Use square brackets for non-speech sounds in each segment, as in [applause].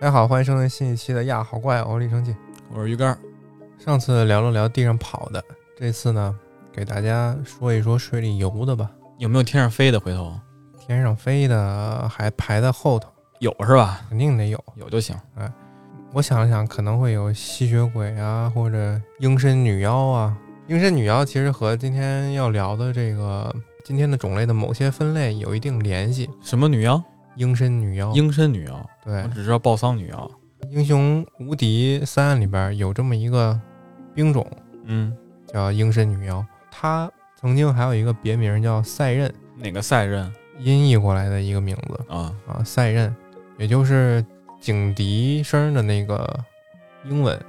大家好，欢迎收听新一期的《呀好怪哦》，我是李成记。我是鱼竿。上次聊了聊地上跑的，这次呢，给大家说一说水里游的吧。有没有天上飞的？回头天上飞的还排在后头，有是吧？肯定得有。有就行。我想了想，可能会有吸血鬼啊，或者鹰身女妖啊。鹰身女妖其实和今天要聊的这个今天的种类的某些分类有一定联系。什么女妖？鹰身女妖，鹰身女妖。对我，只知道暴丧女妖。 《英雄无敌三》里边有这么一个兵种嗯，叫鹰身女妖，她曾经还有一个别名叫赛刃，哪个赛刃音译过来的一个名字啊？啊，赛刃，也就是警笛声的那个英文，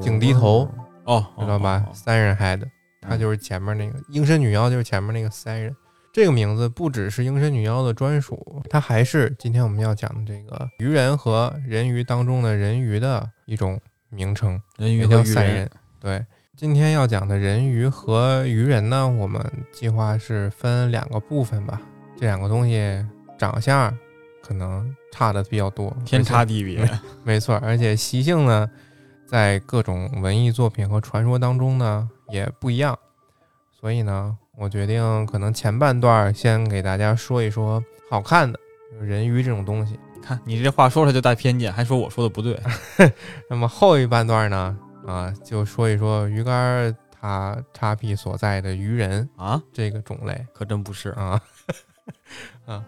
警笛头哦，嗯知道吧？赛刃 head，它就是前面那个鹰身女妖，就是前面那个赛刃。这个名字不只是鹰身女妖的专属，它还是今天我们要讲的这个鱼人和人鱼当中的人鱼的一种名称。人鱼也和叫鱼赛人人。。对，今天要讲的人鱼和鱼人呢，我们计划是分两个部分吧。这两个东西长相可能差的比较多，天而差且地别而，没错，而且习性呢，在各种文艺作品和传说当中呢也不一样。所以呢，我决定可能前半段儿先给大家说一说好看的就是人鱼这种东西。看你这话说出来就带偏见，还说我说的不对。那么后一半段呢，啊，就说一说鱼竿儿它叉 P 所在的鱼人啊，这个种类可真不是。啊 [laughs] 啊。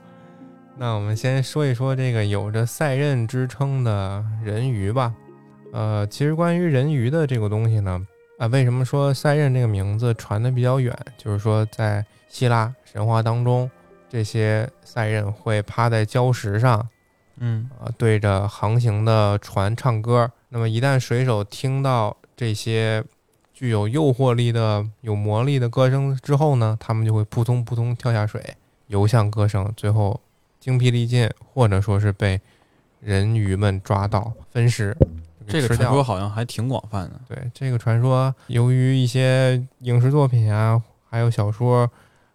那我们先说一说这个有着赛刃之称的人鱼吧。呃，其实关于人鱼的这个东西呢，啊，为什么说赛刃这个名字传的比较远？就是说，在希腊神话当中，这些赛刃会趴在礁石上，嗯，啊，对着航行的船唱歌。那么一旦水手听到这些具有诱惑力的、有魔力的歌声之后呢，他们就会扑通扑通跳下水，游向歌声，最后精疲力尽，或者说是被人鱼们抓到分食。就给这个吃传掉说好像还挺广泛的。对这个传说，由于一些影视作品啊，还有小说、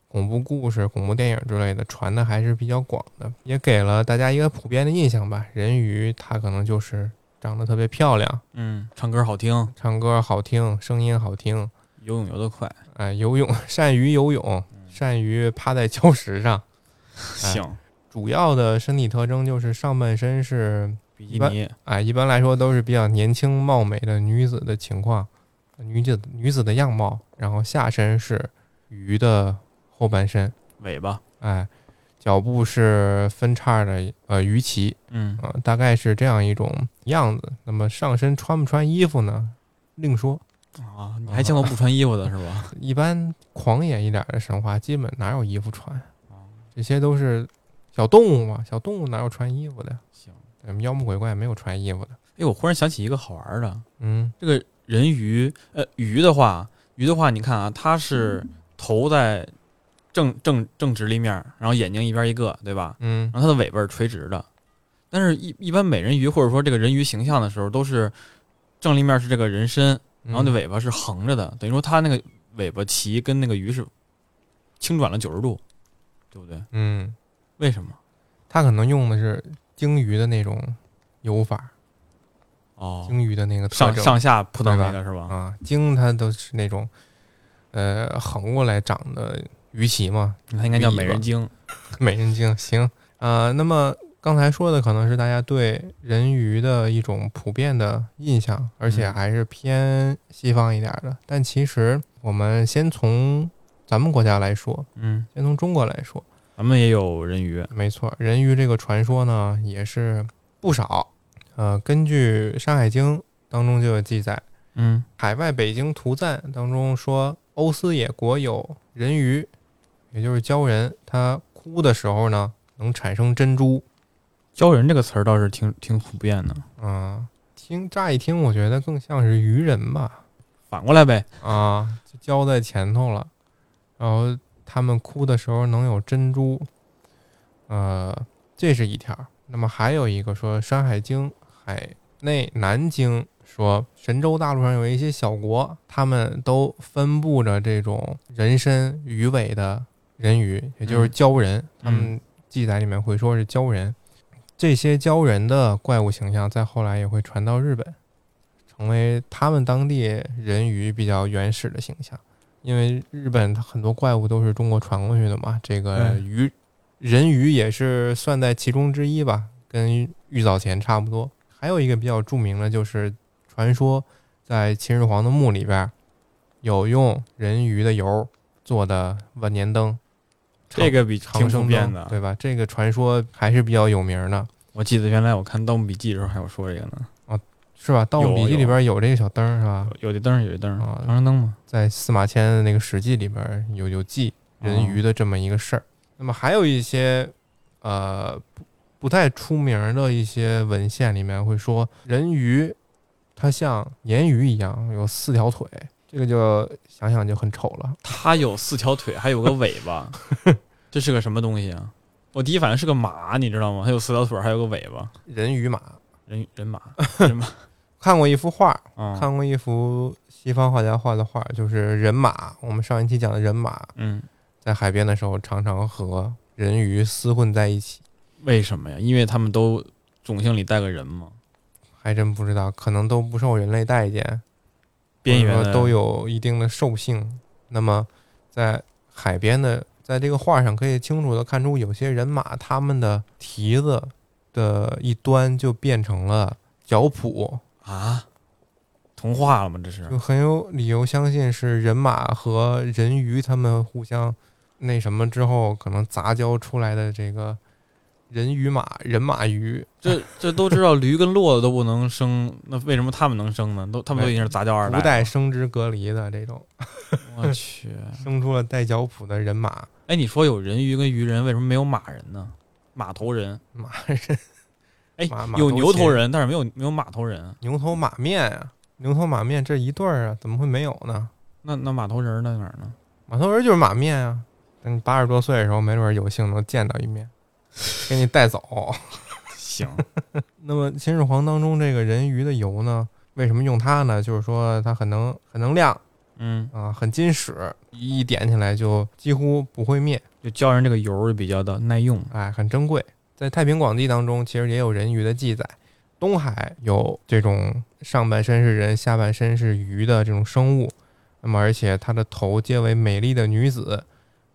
恐怖故事、恐怖电影之类的，传的还是比较广的，也给了大家一个普遍的印象吧。人鱼它可能就是长得特别漂亮，嗯，唱歌好听，唱歌好听，声音好听，游泳游得快。哎、游泳善于游泳，善于趴在礁石上。哎行，主要的身体特征就是上半身是比基尼啊，一般来说都是比较年轻貌美的女子的情况，女子女子的样貌，然后下身是鱼的后半身，尾巴。哎，脚部是分叉的呃鱼鳍嗯，啊、大概是这样一种样子。那么上身穿不穿衣服呢？另说，啊，你还见过不穿衣服的是吧？ [laughs] 一般狂野一点的神话，基本哪有衣服穿？哦这些都是小动物嘛，小动物哪有穿衣服的？行，对妖魔鬼怪没有穿衣服的。哎，我忽然想起一个好玩的，嗯这个人鱼，呃，鱼的话，鱼的话，你看啊，它是头在正正正直立面儿，然后眼睛一边一个，对吧？嗯然后它的尾巴是垂直的。但是一，一般美人鱼或者说这个人鱼形象的时候，都是正立面是这个人身，然后这嗯尾巴是横着的，等于说它那个尾巴鳍跟那个鱼是倾转了九十度，对不对？嗯。为什么？他可能用的是鲸鱼的那种游法，哦，鲸鱼的那个特上征上下扑腾对吧那个是吧？啊，鲸它都是那种呃横过来长的鱼鳍嘛， [laughs] 它应该叫美人鲸。美人鲸。行，呃，那么刚才说的可能是大家对人鱼的一种普遍的印象，而且嗯还是偏西方一点的。但其实我们先从咱们国家来说，嗯，先从中国来说，咱们也有人鱼。没错，人鱼这个传说呢也是不少。呃，根据《山海经》当中就有记载，《嗯，海外北京图赞》当中说，欧斯野国有人鱼，也就是鲛人，它哭的时候呢能产生珍珠。鲛人这个词儿倒是挺挺普遍的，啊、听乍一听我觉得更像是鱼人吧，反过来呗，啊，就交在前头了。然后他们哭的时候能有珍珠，呃，这是一条。那么还有一个说，《山海经》海内南经说神州大陆上有一些小国，他们都分布着这种人身鱼尾的人鱼，也就是嗯鲛人，他们记载里面会说是鲛人。这些鲛人的怪物形象，在后来也会传到日本，成为他们当地人鱼比较原始的形象。因为日本它很多怪物都是中国传过去的嘛，这个对鱼人鱼也是算在其中之一吧，跟玉藻前差不多。还有一个比较著名的就是传说，在秦始皇的墓里边儿有用人鱼的油做的晚年灯，这个比长挺普生遍灯的。对吧？这个传说还是比较有名的，我记得原来我看《盗墓笔记》的时候还有说这个呢，是吧？《盗墓笔记》有里边有这个小灯儿是吧？有有的灯儿有的灯儿，啊长生灯嘛。在司马迁的那个《史记》里边有有记人鱼的这么一个事儿。那么还有一些呃不不太出名的一些文献里面会说，人鱼它像鲶鱼一样有四条腿，这个就想想就很丑了。它有四条腿，还有个尾 [laughs] 巴，这是个什么东西啊？我第一反应是个马，你知道吗？它有四条腿，还有个尾巴，人鱼马人人马，人马看过一幅画，啊，看过一幅西方画家画的画，就是人马。我们上一期讲的人马嗯，在海边的时候，常常和人鱼厮混在一起。为什么呀？因为他们都种姓里带个人嘛，还真不知道，可能都不受人类待见，边缘或者说的都有一定的兽性。那么，在海边的，在这个画上可以清楚的看出，有些人马它们的蹄子的一端就变成了脚蹼，啊，同化了吗？这是就很有理由相信是人马和人鱼它们互相那什么之后，可能杂交出来的这个人鱼马、人马鱼。这这都知道，驴跟骆驼都不能生，那为什么他们能生呢？都他们都已经是杂交二不带代了。生殖隔离的这种，我去，生出了带脚蹼的人马，哎，你说有人鱼跟鱼人，为什么没有马人呢？马头人，马人哎 [laughs] 马，马有头牛头人人，但是没有没有马头人啊。牛头马面啊，牛头马面这一对儿啊，怎么会没有呢？那那马头人儿在哪儿呢？马头人就是马面啊。等你八十多岁的时候，没准儿有幸能见到一面，给你带走。 [laughs] 行，那么秦始皇当中这个人鱼的油呢，为什么用它呢？就是说它很能很能亮 [laughs] 嗯，啊，很金使，一点起来就几乎不会灭，就教人这个油儿比较的耐用。哎，很珍贵。在太平广记当中，其实也有人鱼的记载。东海有这种上半身是人、下半身是鱼的这种生物，那么而且它的头皆为美丽的女子，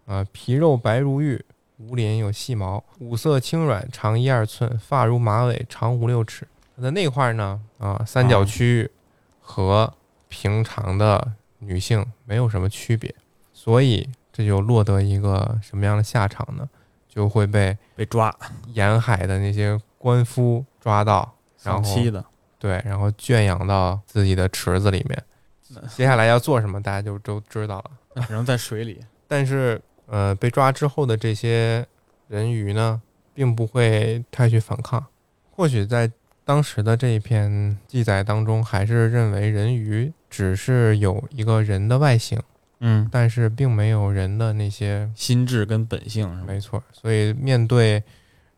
啊，皮肉白如玉，无鳞有细毛，五色轻软，长一二寸，发如马尾，长五六尺。它的那块儿呢，啊，三角区域和平常的女性没有什么区别，所以这就落得一个什么样的下场呢？就会被被抓，沿海的那些官夫抓到，然赏后 [laughs] 析的，对，然后圈养到自己的池子里面那。接下来要做什么，大家就都知道了。那只能在水里。但是，呃，被抓之后的这些人鱼呢，并不会太去反抗。或许在当时的这一篇记载当中，还是认为人鱼只是有一个人的外形，嗯，但是并没有人的那些心智跟本性是吧？没错，所以面对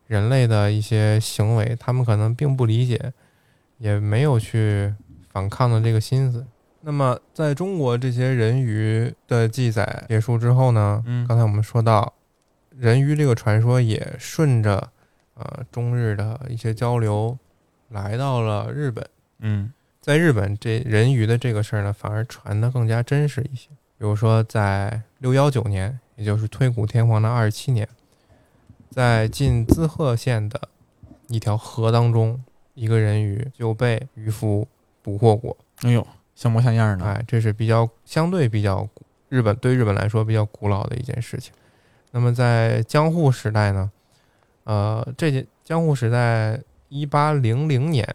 人类的一些行为，他们可能并不理解，也没有去反抗的这个心思。那么，在中国这些人鱼的记载结束之后呢？嗯刚才我们说到，人鱼这个传说也顺着呃中日的一些交流，来到了日本。嗯，在日本，这人鱼的这个事儿呢，反而传的更加真实一些。比如说，在六幺九年，也就是推古天皇的二十七年，在近滋贺县的一条河当中，一个人鱼就被渔夫捕获过。哎呦，像模像样的。哎，这是比较相对比较古日本对日本来说比较古老的一件事情。那么在江户时代呢，呃，这件江户时代一八零零年，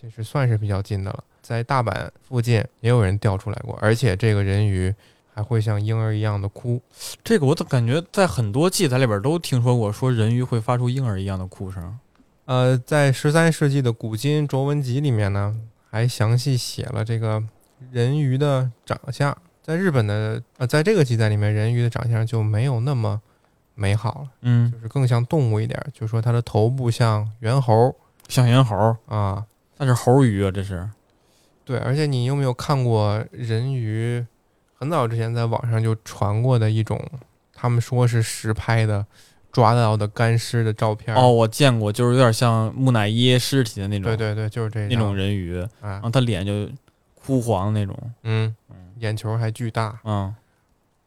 这是算是比较近的了，在大阪附近也有人钓出来过，而且这个人鱼还会像婴儿一样的哭。这个我怎么感觉在很多记载里边都听说过，说人鱼会发出婴儿一样的哭声。呃，在十三世纪的古今卓文集里面呢，还详细写了这个人鱼的长相。在日本的呃，在这个记载里面，人鱼的长相就没有那么美好了，嗯就，是更像动物一点儿。就说它的头部像猿猴像猿猴，啊，那是猴鱼啊，这是。对，而且你有没有看过人鱼？很早之前在网上就传过的一种，他们说是实拍的抓到的干尸的照片。哦，，我见过，就是有点像木乃伊尸体的那种，对对对，就是这那种人人鱼，啊然，后他脸就枯黄那种，嗯，嗯眼球还巨大，嗯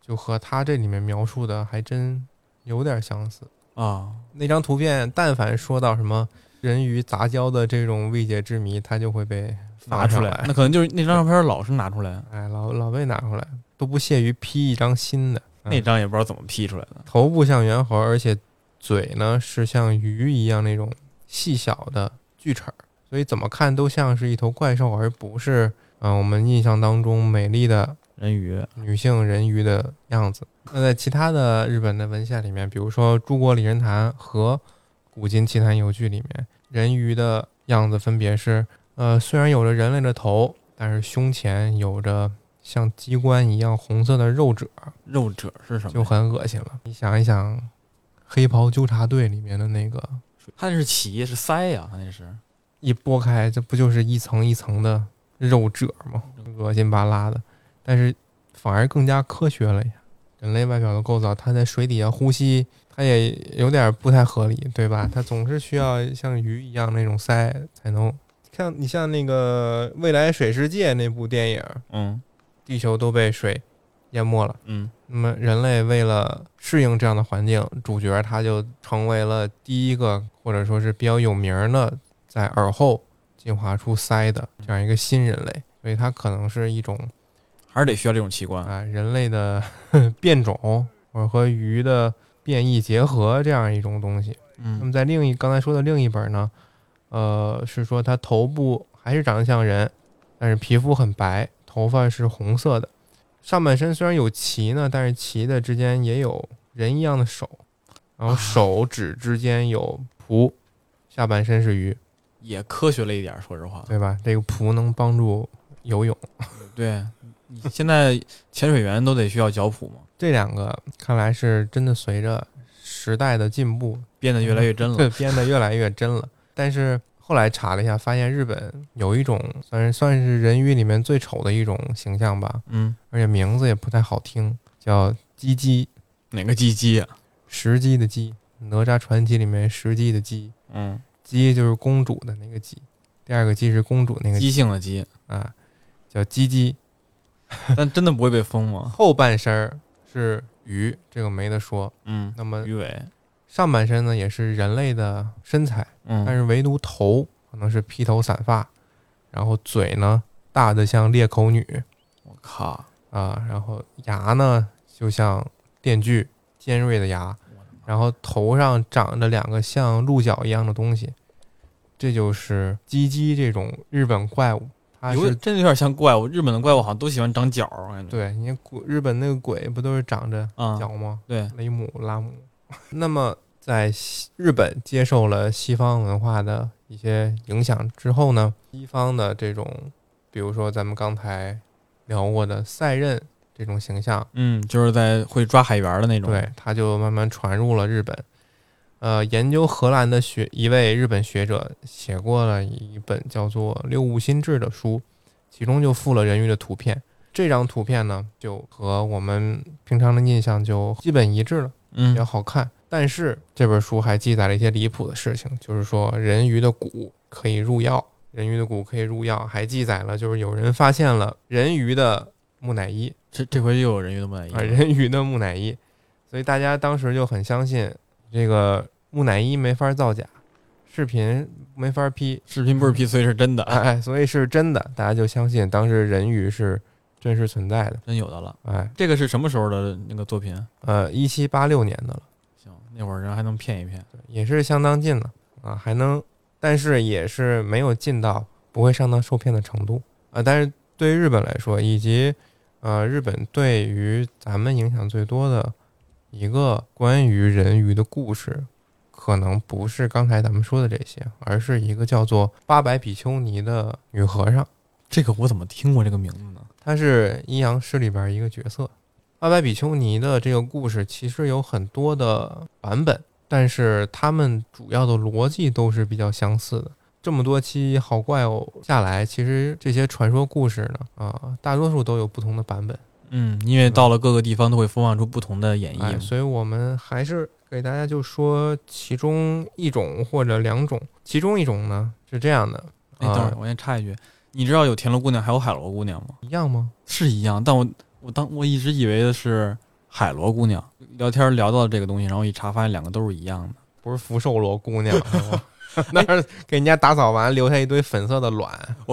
就和他这里面描述的还真有点相似。啊，那张图片，但凡说到什么人鱼杂交的这种未解之谜，它就会被发拿出来。那可能就是那张照片老是拿出来，哎，老老被拿出来，都不屑于 P 一张新的。嗯那张也不知道怎么 P 出来的，头部像猿猴，而且嘴呢是像鱼一样那种细小的锯齿儿，所以怎么看都像是一头怪兽，而不是嗯、呃我们印象当中美丽的人鱼，女性人鱼的样子。那在其他的日本的文献里面，比如说《诸国里人谈》和《古今奇谭游记》里面，人鱼的样子分别是：呃，虽然有着人类的头，但是胸前有着像鸡冠一样红色的肉褶，肉褶是什么就呀？很恶心了。你想一想，《黑袍纠察队》里面的那个，他那是鳍，是鳃呀、他那是一剥开，这不就是一层一层的肉褶吗？恶心巴拉的，但是反而更加科学了呀。人类外表的构造，它在水底下呼吸，它也有点不太合理，对吧？它总是需要像鱼一样那种鳃才能。像你像那个《未来水世界》那部电影，嗯地球都被水淹没了。嗯那么，人类为了适应这样的环境，主角他就成为了第一个，或者说是比较有名儿的，在耳后进化出鳃的 [laughs] 这样一个新人类，所以它可能是一种还是得需要这种器官。啊人类的 [laughs] 呵呵变种，或者和鱼的变异结合这样一种东西。那嗯么在另一刚才说的另一本呢，呃，是说它头部还是长得像人，但是皮肤很白，头发是红色的，上半身虽然有鳍呢，但是鳍的之间也有人一样的手，然后啊手指之间有蹼，下半身是鱼，也科学了一点儿，说实话。对吧？这个蹼能帮助游泳。对，你现在潜水员都得需要脚蹼嘛，这两个看来是真的随着时代的进步，变得越来越真了。嗯对，编的越来越真了。但是后来查了一下，发现日本有一种算是算是人鱼里面最丑的一种形象吧，嗯，而且名字也不太好听，叫鸡鸡，哪个鸡鸡啊呀？石鸡的鸡，《哪吒传奇》里面石鸡的鸡，嗯，鸡就是公主的那个鸡，第二个鸡是公主那个鸡鸡性的 [laughs] 鸡，啊，叫鸡鸡。但真的不会被封吗？后半身儿是鱼，这个没得说。嗯，那么鱼尾，上半身呢，也是人类的身材。但嗯，是唯独头可能是披头散发，然后嘴呢大的像裂口女我靠，啊，然后牙呢就像电锯尖锐的牙，然后头上长着两个像鹿角一样的东西，这就是鸡鸡这种日本怪物，它有是真的有点像怪物。日本的怪物好像都喜欢长角，我感觉。对，你看古日本那个鬼不都是长着啊，角吗？对，雷姆、拉姆。那么在西日本接受了西方文化的一些影响之后呢，西方的这种，比如说咱们刚才聊过的赛壬这种形象，嗯，就是在会抓海员的那种。，对，它就慢慢传入了日本。呃，研究荷兰的学一位日本学者写过了一本叫做《六物心智》的书，其中就附了人鱼的图片。这张图片呢，就和我们平常的印象就基本一致了。比较嗯，好看。但是这本书还记载了一些离谱的事情，就是说人鱼的骨可以入药，人鱼的骨可以入药，还记载了就是有人发现了人鱼的木乃伊这这回又有人鱼的木乃伊啊，了。人鱼的木乃伊，所以大家当时就很相信这个木乃伊没法造假，视频没法 P，视频不是 P 所以是真哎的，哎，所以是真的，大家就相信当时人鱼是真实存在的，真有的了。哎，这个是什么时候的那个作品？呃，一七八六年的了。行，那会儿人还能骗一骗。也是相当近了啊，还能，但是也是没有近到不会上当受骗的程度啊。但是对于日本来说，以及呃日本对于咱们影响最多的一个关于人鱼的故事，可能不是刚才咱们说的这些，而是一个叫做八百比丘尼的女和尚，这个我怎么听过这个名字呢？她是阴阳师里边一个角色。八百比丘尼的这个故事其实有很多的版本，但是他们主要的逻辑都是比较相似的。这么多期好怪偶下来，其实这些传说故事呢，啊，大多数都有不同的版本。嗯，因为到了各个地方都会播放出不同的演哎，绎。所以我们还是给大家就说其中一种或者两种，其中一种呢是这样的，哎，等会儿啊、我先插一句，你知道有田螺姑娘还有海螺姑娘吗？一样吗？是一样，但我我当我一直以为的是海螺姑娘。聊天聊到这个东西，然后一查发现两个都是 [laughs] 一样的。不是福寿螺姑 [laughs] 娘，是吗那是给人家打扫完留下一堆粉色的卵， [laughs]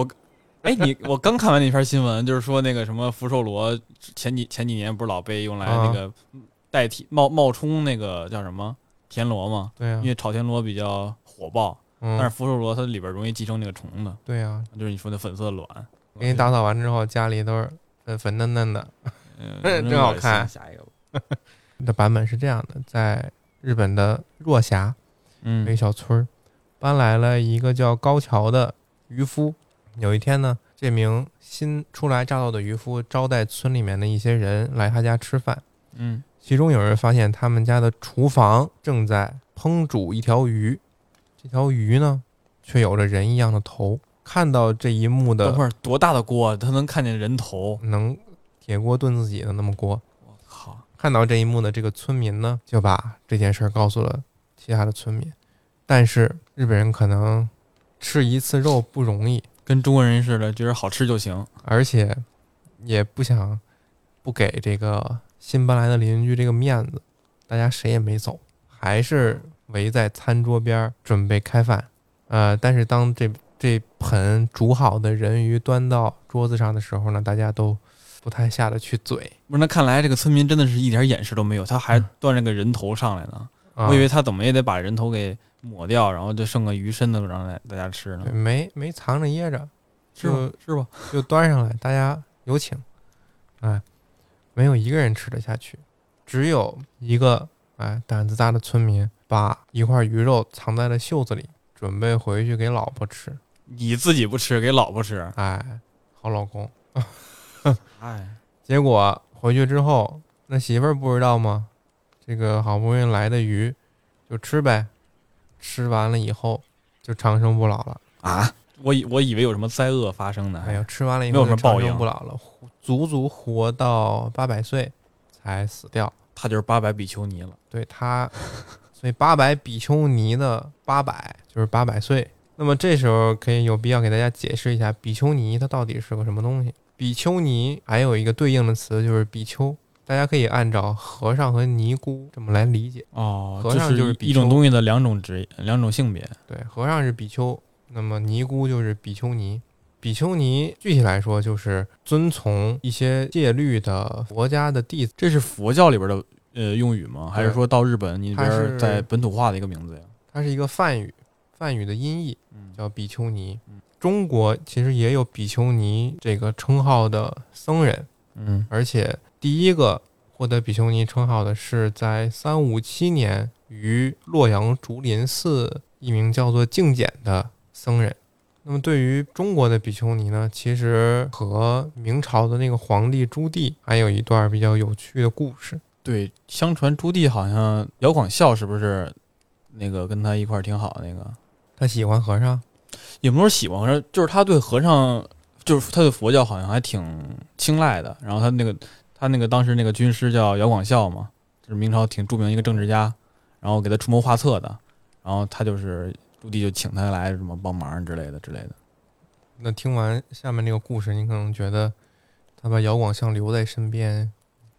哎，你我刚看完那篇新闻，就是说那个什么福寿螺前几前几年不是老被用来啊那个代替冒冒充那个叫什么田螺吗？对啊呀、因为炒田螺比较火爆，但是嗯，福寿螺它里边容易寄生那个虫子，对呀、就是你说那粉色的卵，给你打扫完之后，家里都是粉粉嫩嫩的。嗯，真好看下一个吧，的版本是这样的，在日本的若狭一个嗯小村儿，搬来了一个叫高桥的渔夫。有一天呢，这名新初来乍到的渔夫招待村里面的一些人来他家吃饭，嗯，其中有人发现他们家的厨房正在烹煮一条鱼，这条鱼呢却有着人一样的头。看到这一幕等会的，儿多大的锅，它能看见人头？能铁锅炖自己的那么锅。我靠！看到这一幕的这个村民呢，就把这件事儿告诉了其他的村民。但是日本人可能吃一次肉不容易，跟中国人似的，觉得好吃就行。而且也不想不给这个新搬来的邻居这个面子，大家谁也没走，还是围在餐桌边儿准备开饭。呃，但是当这这盆煮好的人鱼端到桌子上的时候呢，大家都不太下得去嘴。不是，那看来这个村民真的是一点掩饰都没有，他还端着个人头上来呢。嗯啊、我以为他怎么也得把人头给抹掉，然后就剩个鱼身子让大大家吃呢对。没没藏着掖着，是吧？是吧？就端上来，大家有请。哎，没有一个人吃得下去，只有一个哎胆子大的村民把一块鱼肉藏在了袖子里，准备回去给老婆吃。你自己不吃，给老婆吃。哎，好老公。哎，结果回去之后，那媳妇儿不知道吗？这个好不容易来的鱼，就吃呗。吃完了以后就长生不老了。啊，我以我以为有什么灾厄发生呢。哎呦，，吃完了以没后就有什么长报生应啊不老了，活足足活到八百岁才死掉。他就是八百比丘尼了。对他，所以八百比丘尼的八百就是八百岁。那么这时候可以有必要给大家解释一下，比丘尼它到底是个什么东西？比丘尼还有一个对应的词就是比丘，大家可以按照和尚和尼姑这么来理解。哦，和尚就是是一比丘一种东西的两种职业，两种性别。对，和尚是比丘，那么尼姑就是比丘尼。比丘尼具体来说就是遵从一些戒律的佛家的弟子，这是佛教里边的呃用语吗？还是对说到日本你那它边是在本土化的一个名字呀？它是一个梵语，梵语的音译。嗯，叫比丘尼嗯。中国其实也有比丘尼这个称号的僧人，嗯而且第一个获得比丘尼称号的是在三五七年于洛阳竹林寺一名叫做净简的僧人。那么对于中国的比丘尼呢，其实和明朝的那个皇帝朱棣还有一段比较有趣的故事。对，相传朱棣好像姚广孝是不是那个跟他一块儿挺好的那个？他喜欢和尚，也不是说喜欢和尚，就是他对和尚，就是他对佛教好像还挺青睐的。然后他那个他那个当时那个军师叫姚广孝嘛，就是明朝挺著名的一个政治家，然后给他出谋划策的。然后他就是朱棣就请他来什么帮忙之类的之类的。那听完下面这个故事，你可能觉得他把姚广相留在身边，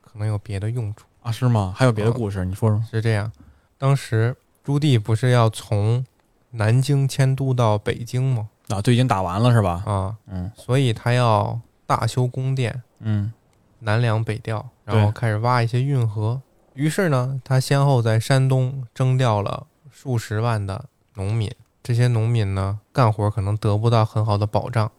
可能有别的用处。啊，是吗？还有别的故事？你说说。是这样，当时朱棣不是要从南京迁都到北京吗？啊，都已经打完了是吧？啊，嗯所以他要大修宫殿，嗯南梁北调，对然后开始挖一些运河。于是呢，他先后在山东征调了数十万的农民，这些农民呢，干活可能得不到很好的保障，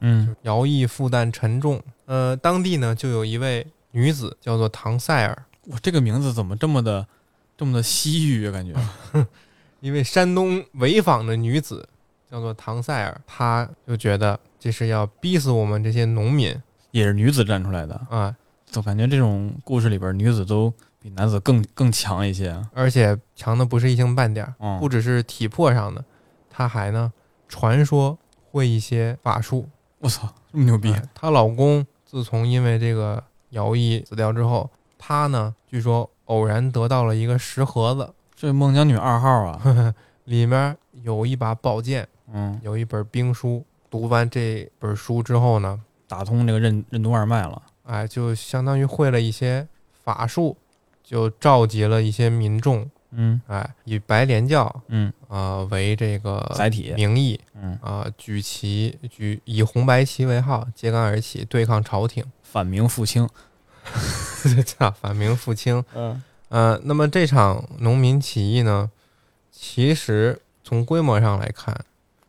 嗯徭役负担沉重。呃，当地呢就有一位女子叫做唐赛尔，我这个名字怎么这么的，这么的西域啊？感觉一位山东潍坊的女子，叫做唐赛尔，她就觉得这是要逼死我们这些农民也是女子站出来的，啊！总感觉这种故事里边女子都比男子更更强一些。而且强的不是一星半点儿，嗯，不只是体魄上的，她还呢传说会一些法术。我操，这么牛逼！哎她老公自从因为这个徭役死掉之后，她呢，据说偶然得到了一个石盒子，这孟姜女二号啊，里面有一把宝剑，嗯，有一本兵书。读完这本书之后呢，打通这个任任督二脉了。哎，就相当于会了一些法术，就召集了一些民众，嗯哎，以白莲教嗯，啊、呃为这个载体，名义嗯，啊、举旗举以红白旗为号，揭竿而起，对抗朝廷， [laughs] 反明复清。操反明复清。嗯呃，那么这场农民起义呢，其实从规模上来看，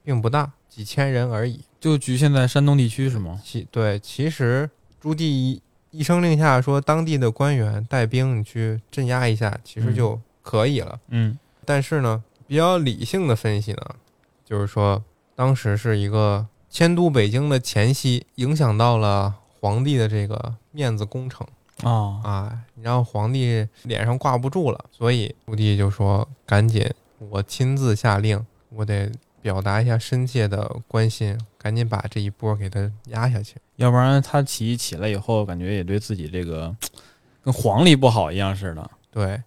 并不大，几千人而已。就局限在山东地区是吗？其对，其实朱棣一一声令下说，当地的官员带兵你去镇压一下，其实嗯就可以了。嗯但是呢，比较理性的分析呢，就是说当时是一个迁都北京的前夕，影响到了皇帝的这个面子工程啊，啊，你让皇帝脸上挂不住了，所以朱棣就说赶紧，我亲自下令，我得表达一下深切的关心，赶紧把这一波给他压下去。要不然他起义起来以后，感觉也对自己这个跟黄历不好一样似的。对，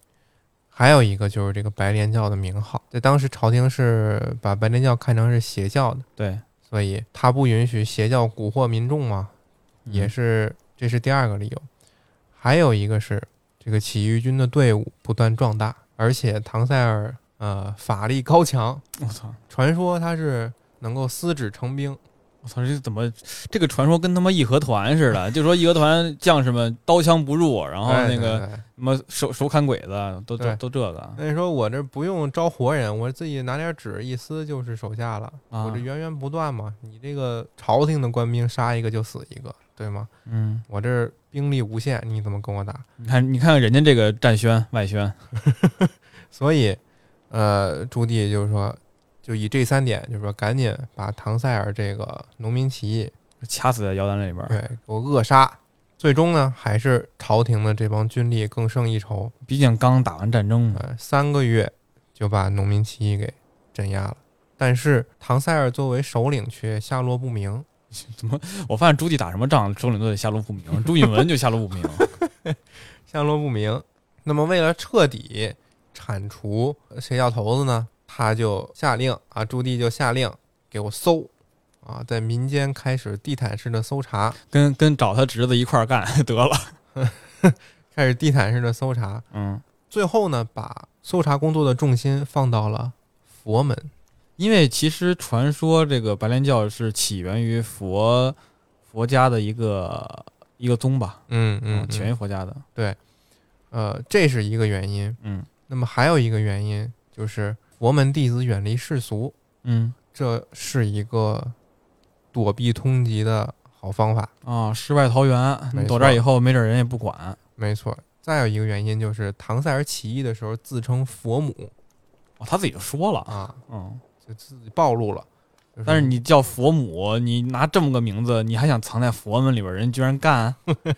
还有一个就是这个白莲教的名号，在当时朝廷是把白莲教看成是邪教的。对，所以他不允许邪教蛊惑民众嘛，嗯也是这是第二个理由。还有一个是这个起义军的队伍不断壮大，而且唐塞尔呃法力高强，嗯我操，传说他是能够撕纸成兵，我操，这怎么这个传说跟他妈义和团似的？就说义和团将士们刀枪不入，然后哎那个对对对什么手手砍鬼子，都对都都这个那你说我这不用招活人，我自己拿点纸一撕就是手下了，啊我这。源源不断嘛。你这个朝廷的官兵杀一个就死一个，对吗？嗯，我这儿兵力无限，你怎么跟我打？你看，你看看人家这个战宣外宣，所以，呃，朱棣就是说，就以这三点，就是说，赶紧把唐塞尔这个农民起义掐死在摇篮里边儿。对给我扼杀。最终呢，还是朝廷的这帮军力更胜一筹，毕竟刚打完战争嘛。呃，三个月就把农民起义给镇压了。但是唐塞尔作为首领却下落不明，哎我发现朱棣打什么仗，首领都得下落不明，朱允文就下落 [laughs] 不明。下落不明。那么，为了彻底铲除谁叫头子呢？他就下令啊，朱棣就下令给我搜啊，在民间开始地毯式的搜查，跟跟找他侄子一块儿干 [laughs] 得了。开始地毯式的搜查。嗯，最后呢，把搜查工作的重心放到了佛门。因为其实传说这个白莲教是起源于佛佛家的一个一个宗吧，啊嗯嗯，起源于佛家的。呃，这是一个原因。嗯那么还有一个原因就是佛门弟子远离世俗，嗯这是一个躲避通缉的好方法。啊，世外桃源，没你错躲这儿以后，没准人也不管。没错，再有一个原因就是唐塞尔起义的时候自称佛母哦，他自己就说了，啊，嗯，就自己暴露了。就但是你叫佛母，你拿这么个名字，你还想藏在佛门里边儿，人居然干，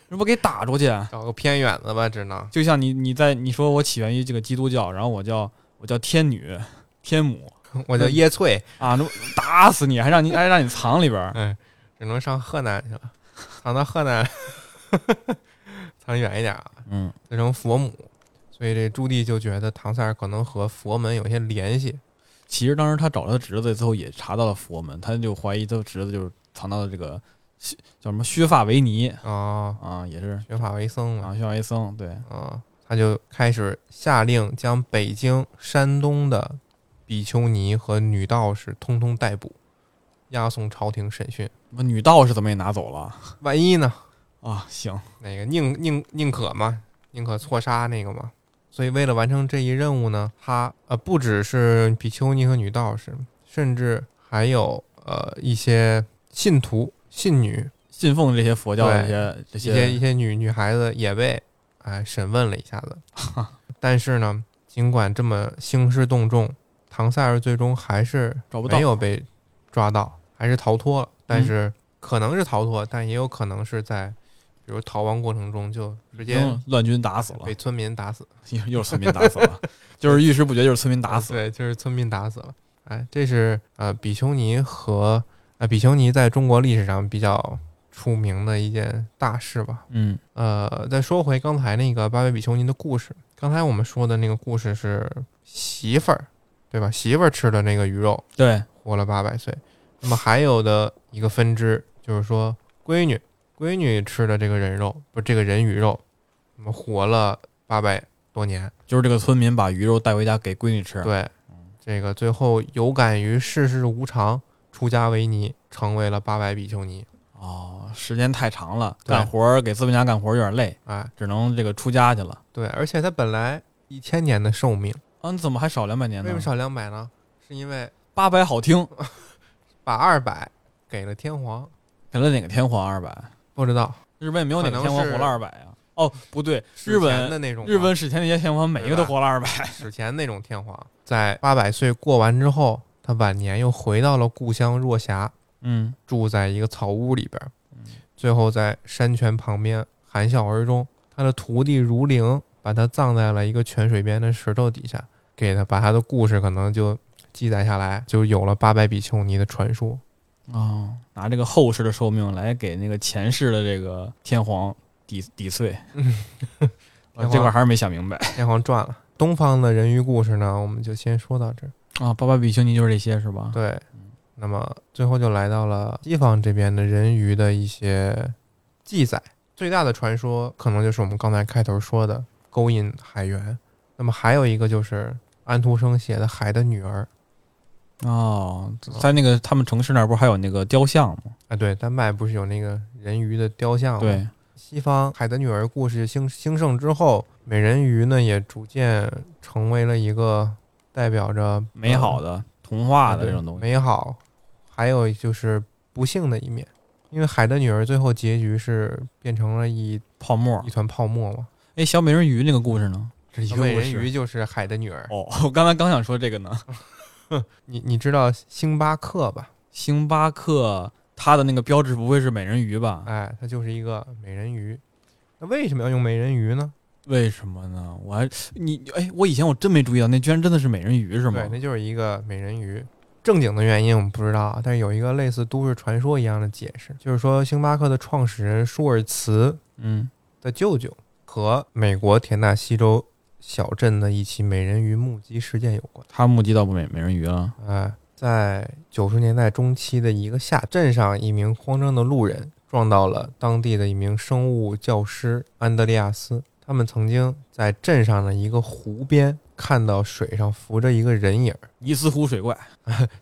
这不给打出去？找个偏远的吧，只能就像你你在你说我起源于这个基督教，然后我叫我叫天女天母我叫耶翠，啊，那不打死你还让你还让你藏里 [laughs] 边儿，哎，只能上河南去了，藏到河南， [laughs] 藏远一点啊，嗯自称佛母。所以这朱棣就觉得唐塞尔可能和佛门有些联系，，其实当时他找了他侄子之后，也查到了佛门，他就怀疑他侄子就是藏到了这个西叫什么削发维尼啊，啊，也是学法为僧嘛啊，削发维僧，对，啊，他就开始下令将北京、山东的比丘尼和女道士通通逮捕，押送朝廷审讯。那女道士怎么也拿走了万一呢？啊？行，那个宁宁宁可嘛，宁可错杀那个嘛。所以为了完成这一任务呢，他呃不只是比丘尼和女道士，甚至还有呃一些信徒、信女，信奉这些佛教的对这些这一些一些些女女孩子也被哎审问了一下子。 [laughs] 但是呢，尽管这么兴师动众，唐塞尔最终还是找不到嗯没有被抓到，还是逃脱了。但是可能是逃脱，但也有可能是在比如逃亡过程中就直接嗯乱军打死了 [laughs] 被，村民打死，又又是村民打死了，就是遇事不决，就是村民打死了。对，就是村民打死了。哎，这是啊、呃比丘尼和啊、比丘尼在中国历史上比较出名的一件大事吧。嗯呃，再说回刚才那个八位比丘尼的故事，刚才我们说的那个故事是媳妇儿，对吧？媳妇儿吃的那个鱼肉对，活了八百岁。那么还有的一个分支就是说闺女，闺女吃的这个人肉，不是这个人鱼肉，那么活了八百多年。就是这个村民把鱼肉带回家给闺女吃。对，这个最后有感于世事无常，出家为尼，成为了八百比丘尼。哦，时间太长了，对干活儿给资本家干活儿有点累，哎，只能这个出家去了。对，而且他本来一千年的寿命，啊，你怎么还少两百年为什呢么？少两百呢？是因为八百好听，把二百给了天皇，给了哪个天皇二百？不知道日本也没有哪个可能天皇是活了二百啊。哦，不对，史日前本的那种吧日本史前那些天皇每一个都活了二百。史前那种天皇，在八百岁过完之后，他晚年又回到了故乡若狭，嗯，住在一个草屋里边儿，最后在山泉旁边含笑而终。他的徒弟如灵把他葬在了一个泉水边的石头底下，给他把他的故事可能就记载下来，就有了八百比丘尼的传说。哦，拿这个后世的寿命来给那个前世的这个天皇抵抵罪。啊天皇这块还是没想明白天皇赚了。东方的人鱼故事呢，我们就先说到这儿。啊。八百比丘尼就是这些是吧？对，嗯那么最后就来到了西方这边的人鱼的一些记载。最大的传说可能就是我们刚才开头说的勾引海员，那么还有一个就是安徒生写的《海的女儿》哦，在那个他们城市那儿不是还有那个雕像吗？啊，对，丹麦不是有那个人鱼的雕像吗？，对，西方《海的女儿》故事兴兴盛之后，美人鱼呢也逐渐成为了一个代表着美好的、嗯童话的对这种东西。美好，还有就是不幸的一面。因为海的女儿最后结局是变成了一泡沫一。团泡沫嘛，哎，小美人鱼那个故事呢？这是美人鱼就是海的女儿。哦， [laughs] 我刚才刚想说这个呢。你你知道星巴克吧？星巴克它的那个标志不会是美人鱼吧？哎，它就是一个美人鱼。那为什么要用美人鱼呢？为什么呢？我还你哎，我以前我真没注意到，那居然真的是美人鱼是吗对，？那就是一个美人鱼。正经的原因我们不知道啊，但是有一个类似都市传说一样的解释，就是说星巴克的创始人舒尔茨嗯，的舅舅和美国田纳西州小镇的一起美人鱼目击事件有关。他目击到美美人鱼了。呃，在九十年代中期的一个下镇上，一名慌张的路人撞到了当地的一名生物教师安德利亚斯。他们曾经在镇上的一个湖边看到水上浮着一个人影儿，尼斯湖水怪，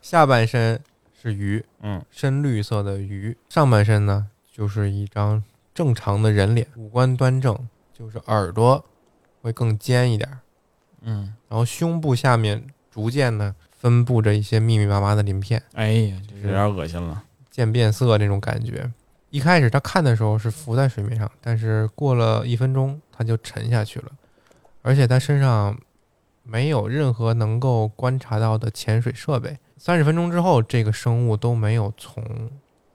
下半身是鱼，嗯，深绿色的鱼，上半身呢就是一张正常的人脸，五官端正，就是耳朵会更尖一点儿，嗯，然后胸部下面逐渐呢分布着一些密密麻麻的鳞片，哎呀，这有点恶心了。渐变色这种感觉。一开始他看的时候是浮在水面上，但是过了一分钟他就沉下去了，而且他身上没有任何能够观察到的潜水设备。三十分钟之后，这个生物都没有从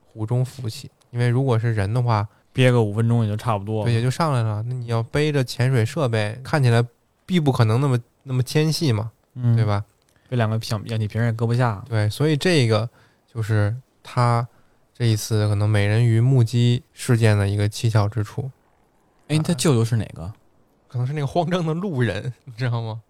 湖中浮起，因为如果是人的话，憋个五分钟也就差不多对，也了。就上来了。那你要背着潜水设备，看起来必不可能那么那么纤细嘛，嗯，对吧？这两个小氧气瓶也搁不下。对，所以这个就是他这一次可能美人鱼目击事件的一个蹊跷之处，哎，他舅舅是哪个？可能是那个慌张的路人，你知道吗？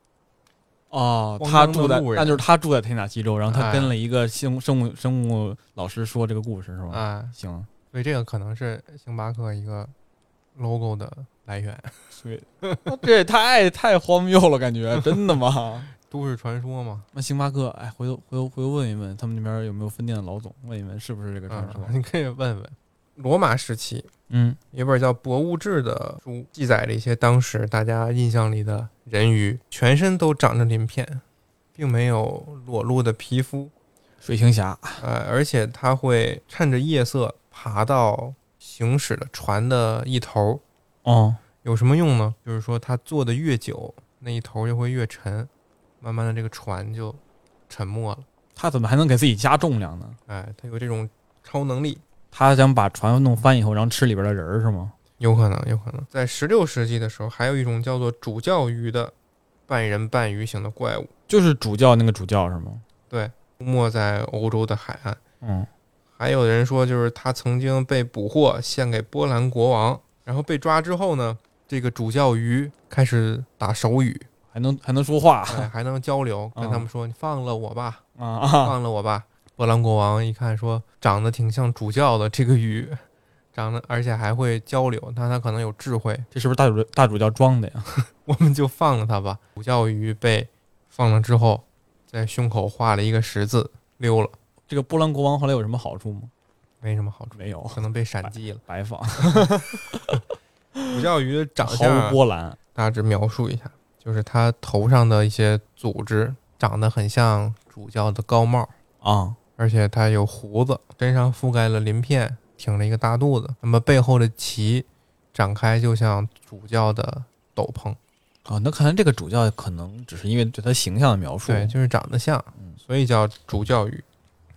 哦，光他荣的住在，路人那就是他住在田纳西州，然后他哎跟了一个生生物生物老师说这个故事是吧？啊，行，所以这个可能是星巴克一个 logo 的来源，所 [laughs] 以这也啊太太荒谬了，感 [laughs] 觉真的吗？都市传说嘛。那星巴克，哎，回头回头回头问一问他们那边有没有分店的老总，问一问是不是这个传啊说，。你可以问问。罗马时期嗯有本叫《博物志》的书，记载了一些当时大家印象里的人鱼，全身都长着鳞片，并没有裸露的皮肤，水行侠，呃，而且它会趁着夜色爬到行驶的船的一头，哦，有什么用呢？就是说它坐的越久，那一头就会越沉，慢慢的这个船就沉没了。他怎么还能给自己加重量呢？哎，它有这种超能力，他想把船弄翻以后，然后吃里边的人儿是吗？有可能，有可能。在十六世纪的时候，还有一种叫做主教鱼的半人半鱼型的怪物，就是主教那个主教是吗？对，没在欧洲的海岸。嗯，还有人说，就是他曾经被捕获，献给波兰国王，然后被抓之后呢，这个主教鱼开始打手语，还能还能说话哎，还能交流，跟他们说：“你放了我吧，啊啊！放了我吧。”波兰国王一看说，长得挺像主教的这个鱼，长得而且还会交流，那他可能有智慧， [laughs] 这是不是大主大主教装的呀？我们就放了他吧。主教鱼被放了之后，在胸口画了一个十字，溜了，这个波兰国王后来有什么好处吗？没什么好处，没有，可能被闪击了。白放，哎主教鱼的长毫相无啊波澜。大致描述一下，就是他头上的一些组织长得很像主教的高帽，啊，而且他有胡子，身上覆盖了鳞片，挺着一个大肚子。那么背后的鳍展开，就像主教的斗篷。啊，那看来这个主教可能只是因为对他形象的描述，对，就是长得像嗯，所以叫主教鱼。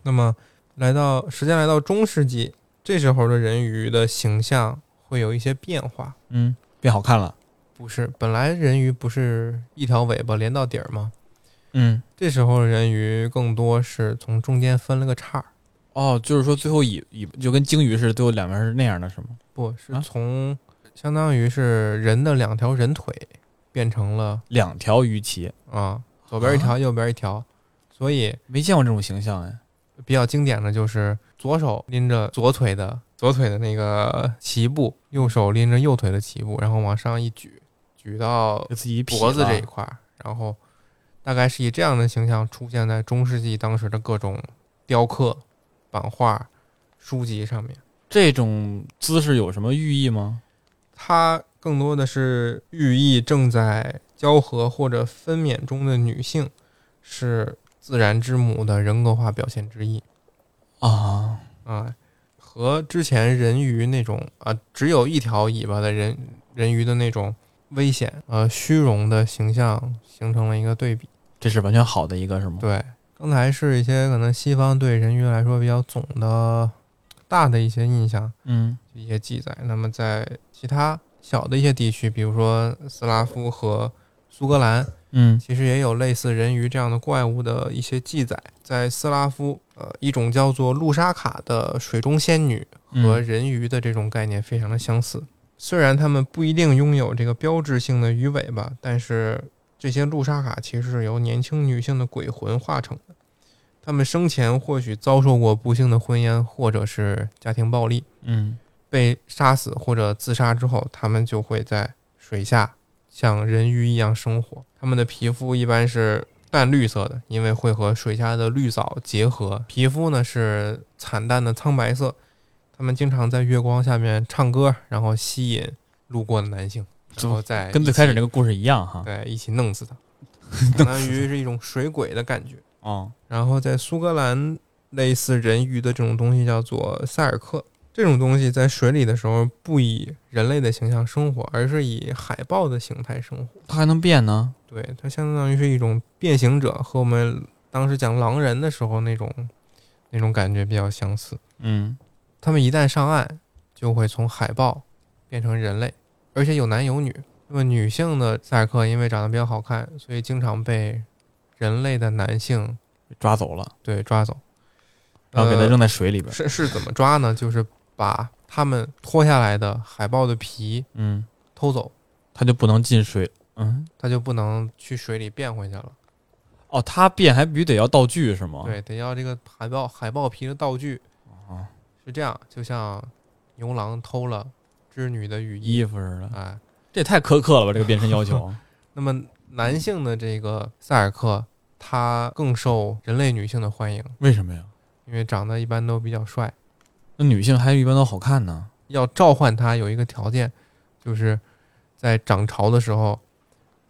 那么来到时间来到中世纪，这时候的人鱼的形象会有一些变化。嗯，变好看了，不是，本来人鱼不是一条尾巴连到底儿吗？嗯，这时候的人鱼更多是从中间分了个叉儿，哦，就是说最后尾尾就跟鲸鱼似的，最后两边是那样的，是吗？不是啊从、相当于是人的两条人腿变成了两条鱼鳍，啊，左边一条，右边一条，所以没见过这种形象哎。比较经典的就是左手拎着左腿的左腿的那个鳍部，右手拎着右腿的鳍部，然后往上一举，举到给自己劈哦脖子了这一块儿，然后大概是以这样的形象出现在中世纪当时的各种雕刻、版画、书籍上面。这种姿势有什么寓意吗？它更多的是寓意正在交合或者分娩中的女性是自然之母的人格化表现之一啊，啊，和之前人鱼那种啊只有一条尾巴的人人鱼的那种危险呃虚荣的形象形成了一个对比。这是完全好的一个是吗？对，刚才是一些可能西方对人鱼来说比较总的大的一些印象，嗯一些记载。那么在其他小的一些地区，比如说斯拉夫和苏格兰，嗯其实也有类似人鱼这样的怪物的一些记载。在斯拉夫，呃，一种叫做露莎卡的水中仙女和嗯人鱼的这种概念非常的相似。虽然它们不一定拥有这个标志性的鱼尾巴，但是这些露莎卡其实是由年轻女性的鬼魂化成的。她们生前或许遭受过不幸的婚姻或者是家庭暴力，嗯，被杀死或者自杀之后，他们就会在水下像人鱼一样生活。他们的皮肤一般是淡绿色的，因为会和水下的绿藻结合。皮肤呢是惨淡的苍白色。他们经常在月光下面唱歌，然后吸引路过的男性，然后再跟最开始那个个故事一样哈。哦对一起弄死 [laughs] 他，相当于是一种水鬼的感觉。哦，然后在苏格兰，类似人鱼的这种东西叫做塞尔克。这种东西在水里的时候，不以人类的形象生活，而是以海豹的形态生活。它还能变呢？对，它相当于是一种变形者，和我们当时讲狼人的时候那种那种感觉比较相似。嗯，他们一旦上岸，就会从海豹变成人类，而且有男有女。那么女性的塞尔克因为长得比较好看，所以经常被人类的男性被抓走了，对抓走，然后给它呃扔在水里边。是是怎么抓呢？就是把他们脱下来的海豹的皮嗯，偷走，它就不能进水。嗯，它就不能去水里变回去了。哦，它变还必须得要道具是吗？，对，得要这个海豹海豹皮的道具哦。是这样，就像牛郎偷了织女的羽衣衣，服似的，哎，这也太苛刻了吧？这个变身要求。那么男性的这个塞尔克，他更受人类女性的欢迎，为什么呀？因为长得一般都比较帅。那女性还一般都好看呢。要召唤它有一个条件，就是在涨潮的时候，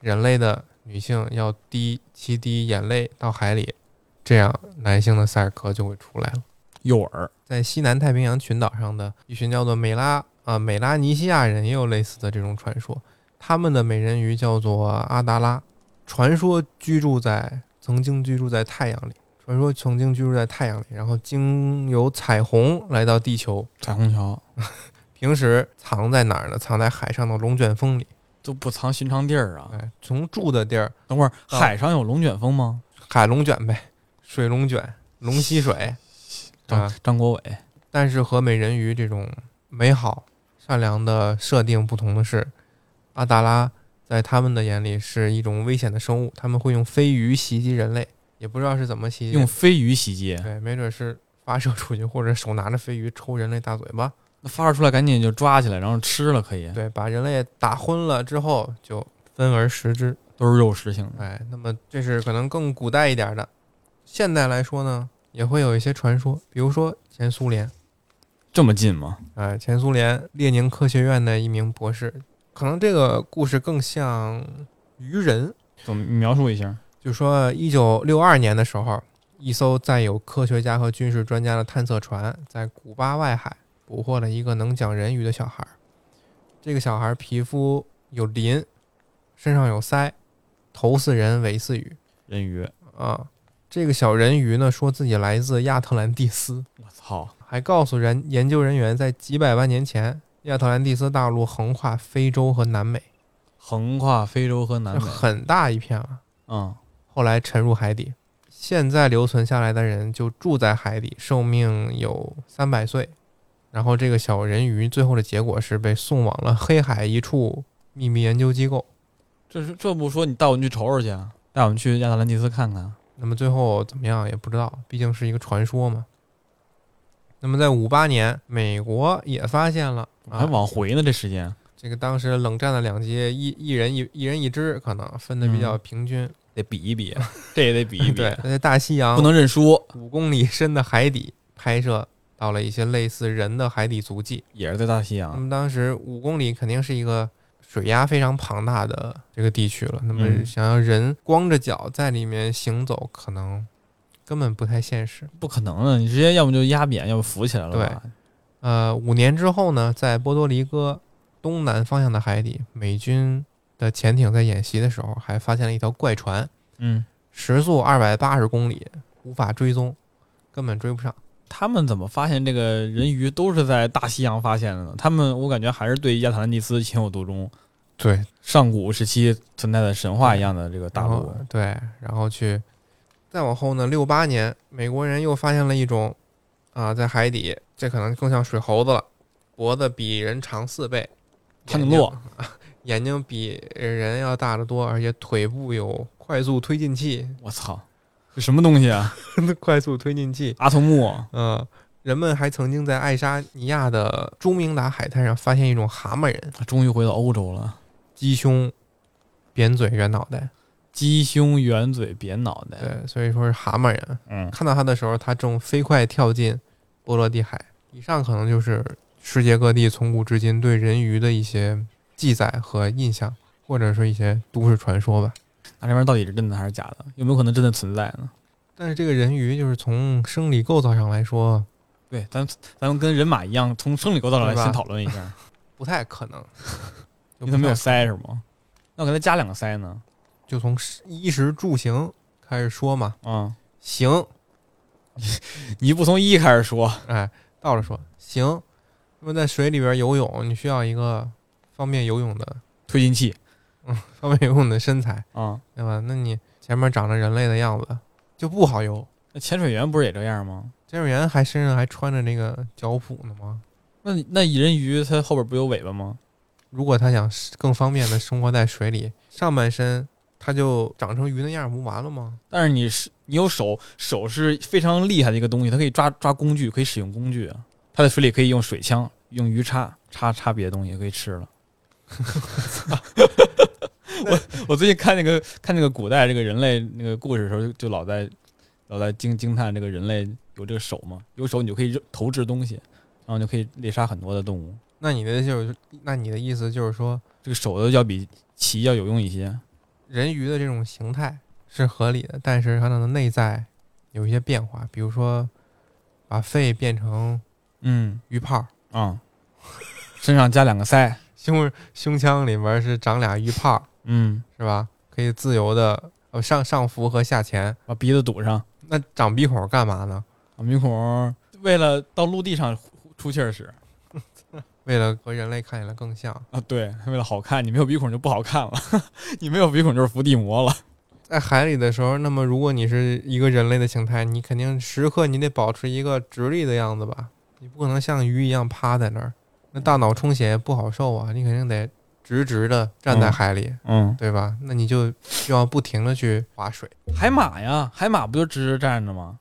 人类的女性要滴吸滴眼泪到海里，这样男性的塞尔克就会出来了。诱饵，在西南太平洋群岛上的一群叫做美拉啊、美拉尼西亚人也有类似的这种传说，他们的美人鱼叫做阿达拉，传说居住在曾经居住在太阳里，传说曾经居住在太阳里，然后经由彩虹来到地球。彩虹桥平时藏在哪儿呢？藏在海上的龙卷风里。都不藏寻常地儿啊。哎，从住的地儿，等会儿，啊海上有龙卷风吗？海龙卷呗，水龙卷，龙吸 [laughs] 水，张、啊张国伟，但是和美人鱼这种美好、善良的设定不同的是，阿达拉在他们的眼里是一种危险的生物，他们会用飞鱼袭击人类，也不知道是怎么袭击，用飞鱼袭击，嗯对，没准是发射出去，或者手拿着飞鱼抽人类大嘴巴，那发射出来赶紧就抓起来，然后吃了，可以，对，把人类打昏了之后就分而食之。都是肉食性的。哎，那么这是可能更古代一点的。现代来说呢，也会有一些传说，比如说前苏联，这么近吗？哎，前苏联列宁科学院的一名博士，可能这个故事更像鱼人。怎么描述一下？就说一九六二年的时候，一艘载有科学家和军事专家的探测船在古巴外海捕获了一个能讲人语的小孩儿。这个小孩儿皮肤有鳞，身上有鳃，头似人，尾似鱼。人鱼，啊，这个小人鱼呢，说自己来自亚特兰蒂斯，我操，还告诉人研究人员，在几百万年前，亚特兰蒂斯大陆横跨非洲和南美，横跨非洲和这南美，很大一片啊。 [laughs] 嗯，后来沉入海底，现在留存下来的人就住在海底，寿命有三百岁。然后这个小人鱼最后的结果是被送往了黑海一处秘密研究机构。这是这不说你带我们去瞅瞅去啊，带我们去亚特兰蒂斯看看。那么最后怎么样也不知道，毕竟是一个传说嘛。那么在五八年，美国也发现了还啊，往回呢，这时间这个当时冷战的两极，一一人一一人一只，可能分的比较平均。得比一 [laughs] 比，这也得比一比，对，在大西洋嗯不能认输，五公里深的海底拍摄到了一些类似人的海底足迹。也是在大西那洋。么当时五公里肯定是一个水压非常庞大的这个地区了。那么嗯想要人光着脚在里面行走，可能根本不太现实。不可能的，你直接要么就压扁，要么浮起来了吧？呃，五年之后呢，在波多黎各东南方向的海底，美军的潜艇在演习的时候，还发现了一条怪船，嗯，时速二百八十公里，无法追踪，根本追不上。他们怎么发现这个人鱼都是在大西洋发现的呢？他们我感觉还是对亚特兰蒂斯情有独钟，对，上古时期存在的神话一样的这个大然陆后。对，然后去，再往后呢，六八年，美国人又发现了一种，啊、在海底，这可能更像水猴子了，脖子比人长四倍，潘眼景睛 [laughs] 洛，眼睛比人要大得多，而且腿部有快速推进器，我操，这什么东西啊？ [laughs] 快速推进器。阿童木，嗯，人们还曾经在爱沙尼亚的朱明达海滩上发现一种蛤蟆人，终于回到欧洲了。鸡胸、扁嘴、圆脑袋。鸡胸圆嘴扁脑袋，对，所以说是蛤蟆人。嗯，看到它的时候，它正飞快跳进波罗的海。以上可能就是世界各地从古至今对人鱼的一些记载和印象，或者说一些都市传说吧。那这玩意儿到底是真的还是假的？有没有可能真的存在呢？但是这个人鱼就是从生理构造上来说对，咱咱们跟人马一样，从生理构造上来对吧先讨论 [laughs] 一下，不太可能， [laughs] 因为它没有就不太鳃是吗？那我给它加两个鳃呢？就从衣食住行开始说嘛。啊、行，你不从一开始说，哎，倒着说行。那么在水里边游泳，你需要一个方便游泳的、推进器方便游泳的身材，啊、对吧？那你前面长着人类的样子，就不好游。那潜水员不是也这样吗？潜水员还身上还穿着那个脚蹼呢吗？那那蚁人鱼它后边不有尾巴吗？如果他想更方便的生活在水里，上半身他就长成鱼那样，不完了吗？但是你是你有手，手是非常厉害的一个东西，它可以抓抓工具，可以使用工具啊。它在水里可以用水枪、用鱼叉叉叉别的东西，也可以吃了。 [laughs] 我我最近看那个看那个古代这个人类那个故事的时候，就就老在老在惊惊叹这个人类有这个手嘛，有手你就可以扔投掷东西，然后就可以猎杀很多的动物。那你的就是，那你的意思就是说，这个手的要比鳍要有用一些。人鱼的这种形态是合理的，但是它的内在有一些变化，比如说把肺变成嗯鱼泡，啊、身上加两个鳃。胸胸腔里面是长俩鱼泡，嗯，是吧？可以自由的呃上上浮和下潜。把鼻子堵上。那长鼻孔干嘛呢？啊，鼻孔为了到陆地上出气儿使为了和人类看起来更像。 [laughs] 啊，对，为了好看，你没有鼻孔就不好看了，你没有鼻孔就是伏地魔了。在海里的时候，那么如果你是一个人类的形态，你肯定时刻你得保持一个直立的样子吧？你不可能像鱼一样趴在那儿，那大脑充血不好受啊，你肯定得直直的站在嗯海里，嗯，对吧？那你就需要不停的去划水。海马呀，海马不就直直站着吗？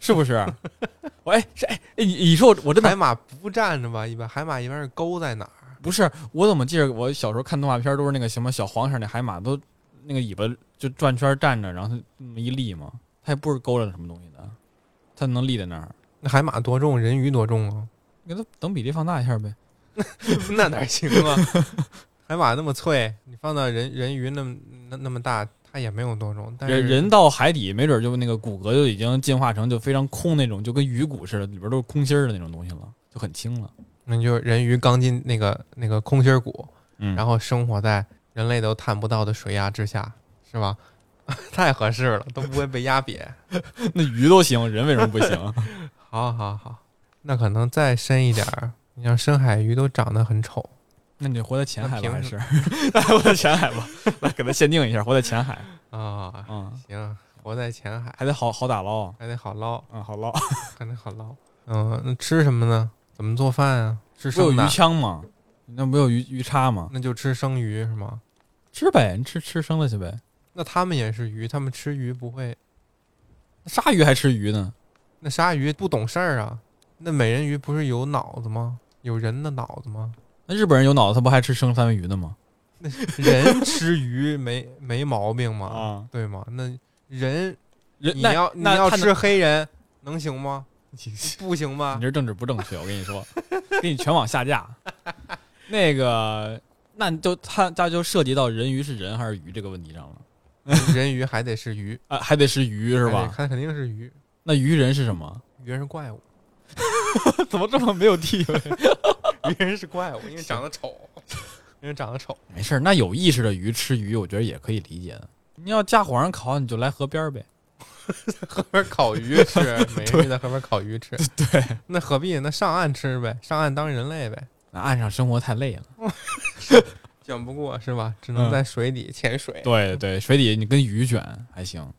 是不是？ [laughs] 我哎是哎哎，你你说我我真的海马不站着吧？一般海马一般是勾在哪儿？不是，我怎么记着我小时候看动画片儿都是那个什么小黄色儿那海马都那个尾巴就转圈儿站着，然后它那么一立嘛，它也不是勾着什么东西的，它能立在那儿。那海马多重？人鱼多重啊？ [laughs] 给它等比例放大一下呗。那哪行啊？ [laughs] 海马那么脆，你放到人人鱼那么那那么大，它也没有多重。但是人人到海底，没准就那个骨骼就已经进化成就非常空那种，就跟鱼骨似的，里边都是空心儿的那种东西了，就很轻了。 [laughs] 那就是人鱼刚进那个那个空心儿谷，嗯，然后生活在人类都探不到的水压之下，是吧？ [laughs] 太合适了，都不会被压瘪。那鱼都行，人为什么不行？好好好，那可能再深一点儿，你像深海鱼都长得很丑， [laughs] 那你就活在浅海吧，那还凭是 [laughs] 那活在浅海吧？来给它限定一下，活在浅海。啊。嗯，行，活在浅海还得好好打捞。还得好捞，嗯，好捞。还得好捞。嗯，那吃什么呢？怎么做饭啊？吃不有生鱼的，枪吗？那不有鱼鱼叉吗？那就吃生鱼是吗？吃呗，你吃吃生的去呗。那他们也是鱼，他们吃鱼不会。鲨鱼还吃鱼呢？那鲨鱼不懂事儿啊。那美人鱼不是有脑子吗？有人的脑子吗？那日本人有脑子，他不还吃生三文鱼呢吗？人吃鱼没没毛病吗？啊，对吗？那人人你那要你那要他吃黑人能行吗？你不行吧？这政治不正确，我跟你说，给你全网下 [laughs] 架。那个，那你就他他就涉及到人鱼是人还是鱼这个问题上了人鱼还得是鱼啊，还得是鱼 [laughs] 是还得吧？它肯定是鱼，那鱼人是什 [laughs] 么？鱼人是怪物，怎么这么没有地位？鱼人是怪物，因为长得丑，因为长得丑。 [laughs] 没事儿，那有意识的鱼吃鱼，我觉得也可以理解的。你要架火上烤，你就来河边儿呗。河边烤鱼吃，每人鱼在河边烤鱼吃。对，那何必？那上岸吃呗，上岸当人类呗，那岸上生活太累了。卷不过是吧？只嗯能在水底潜水，对对，水底你跟鱼卷还行，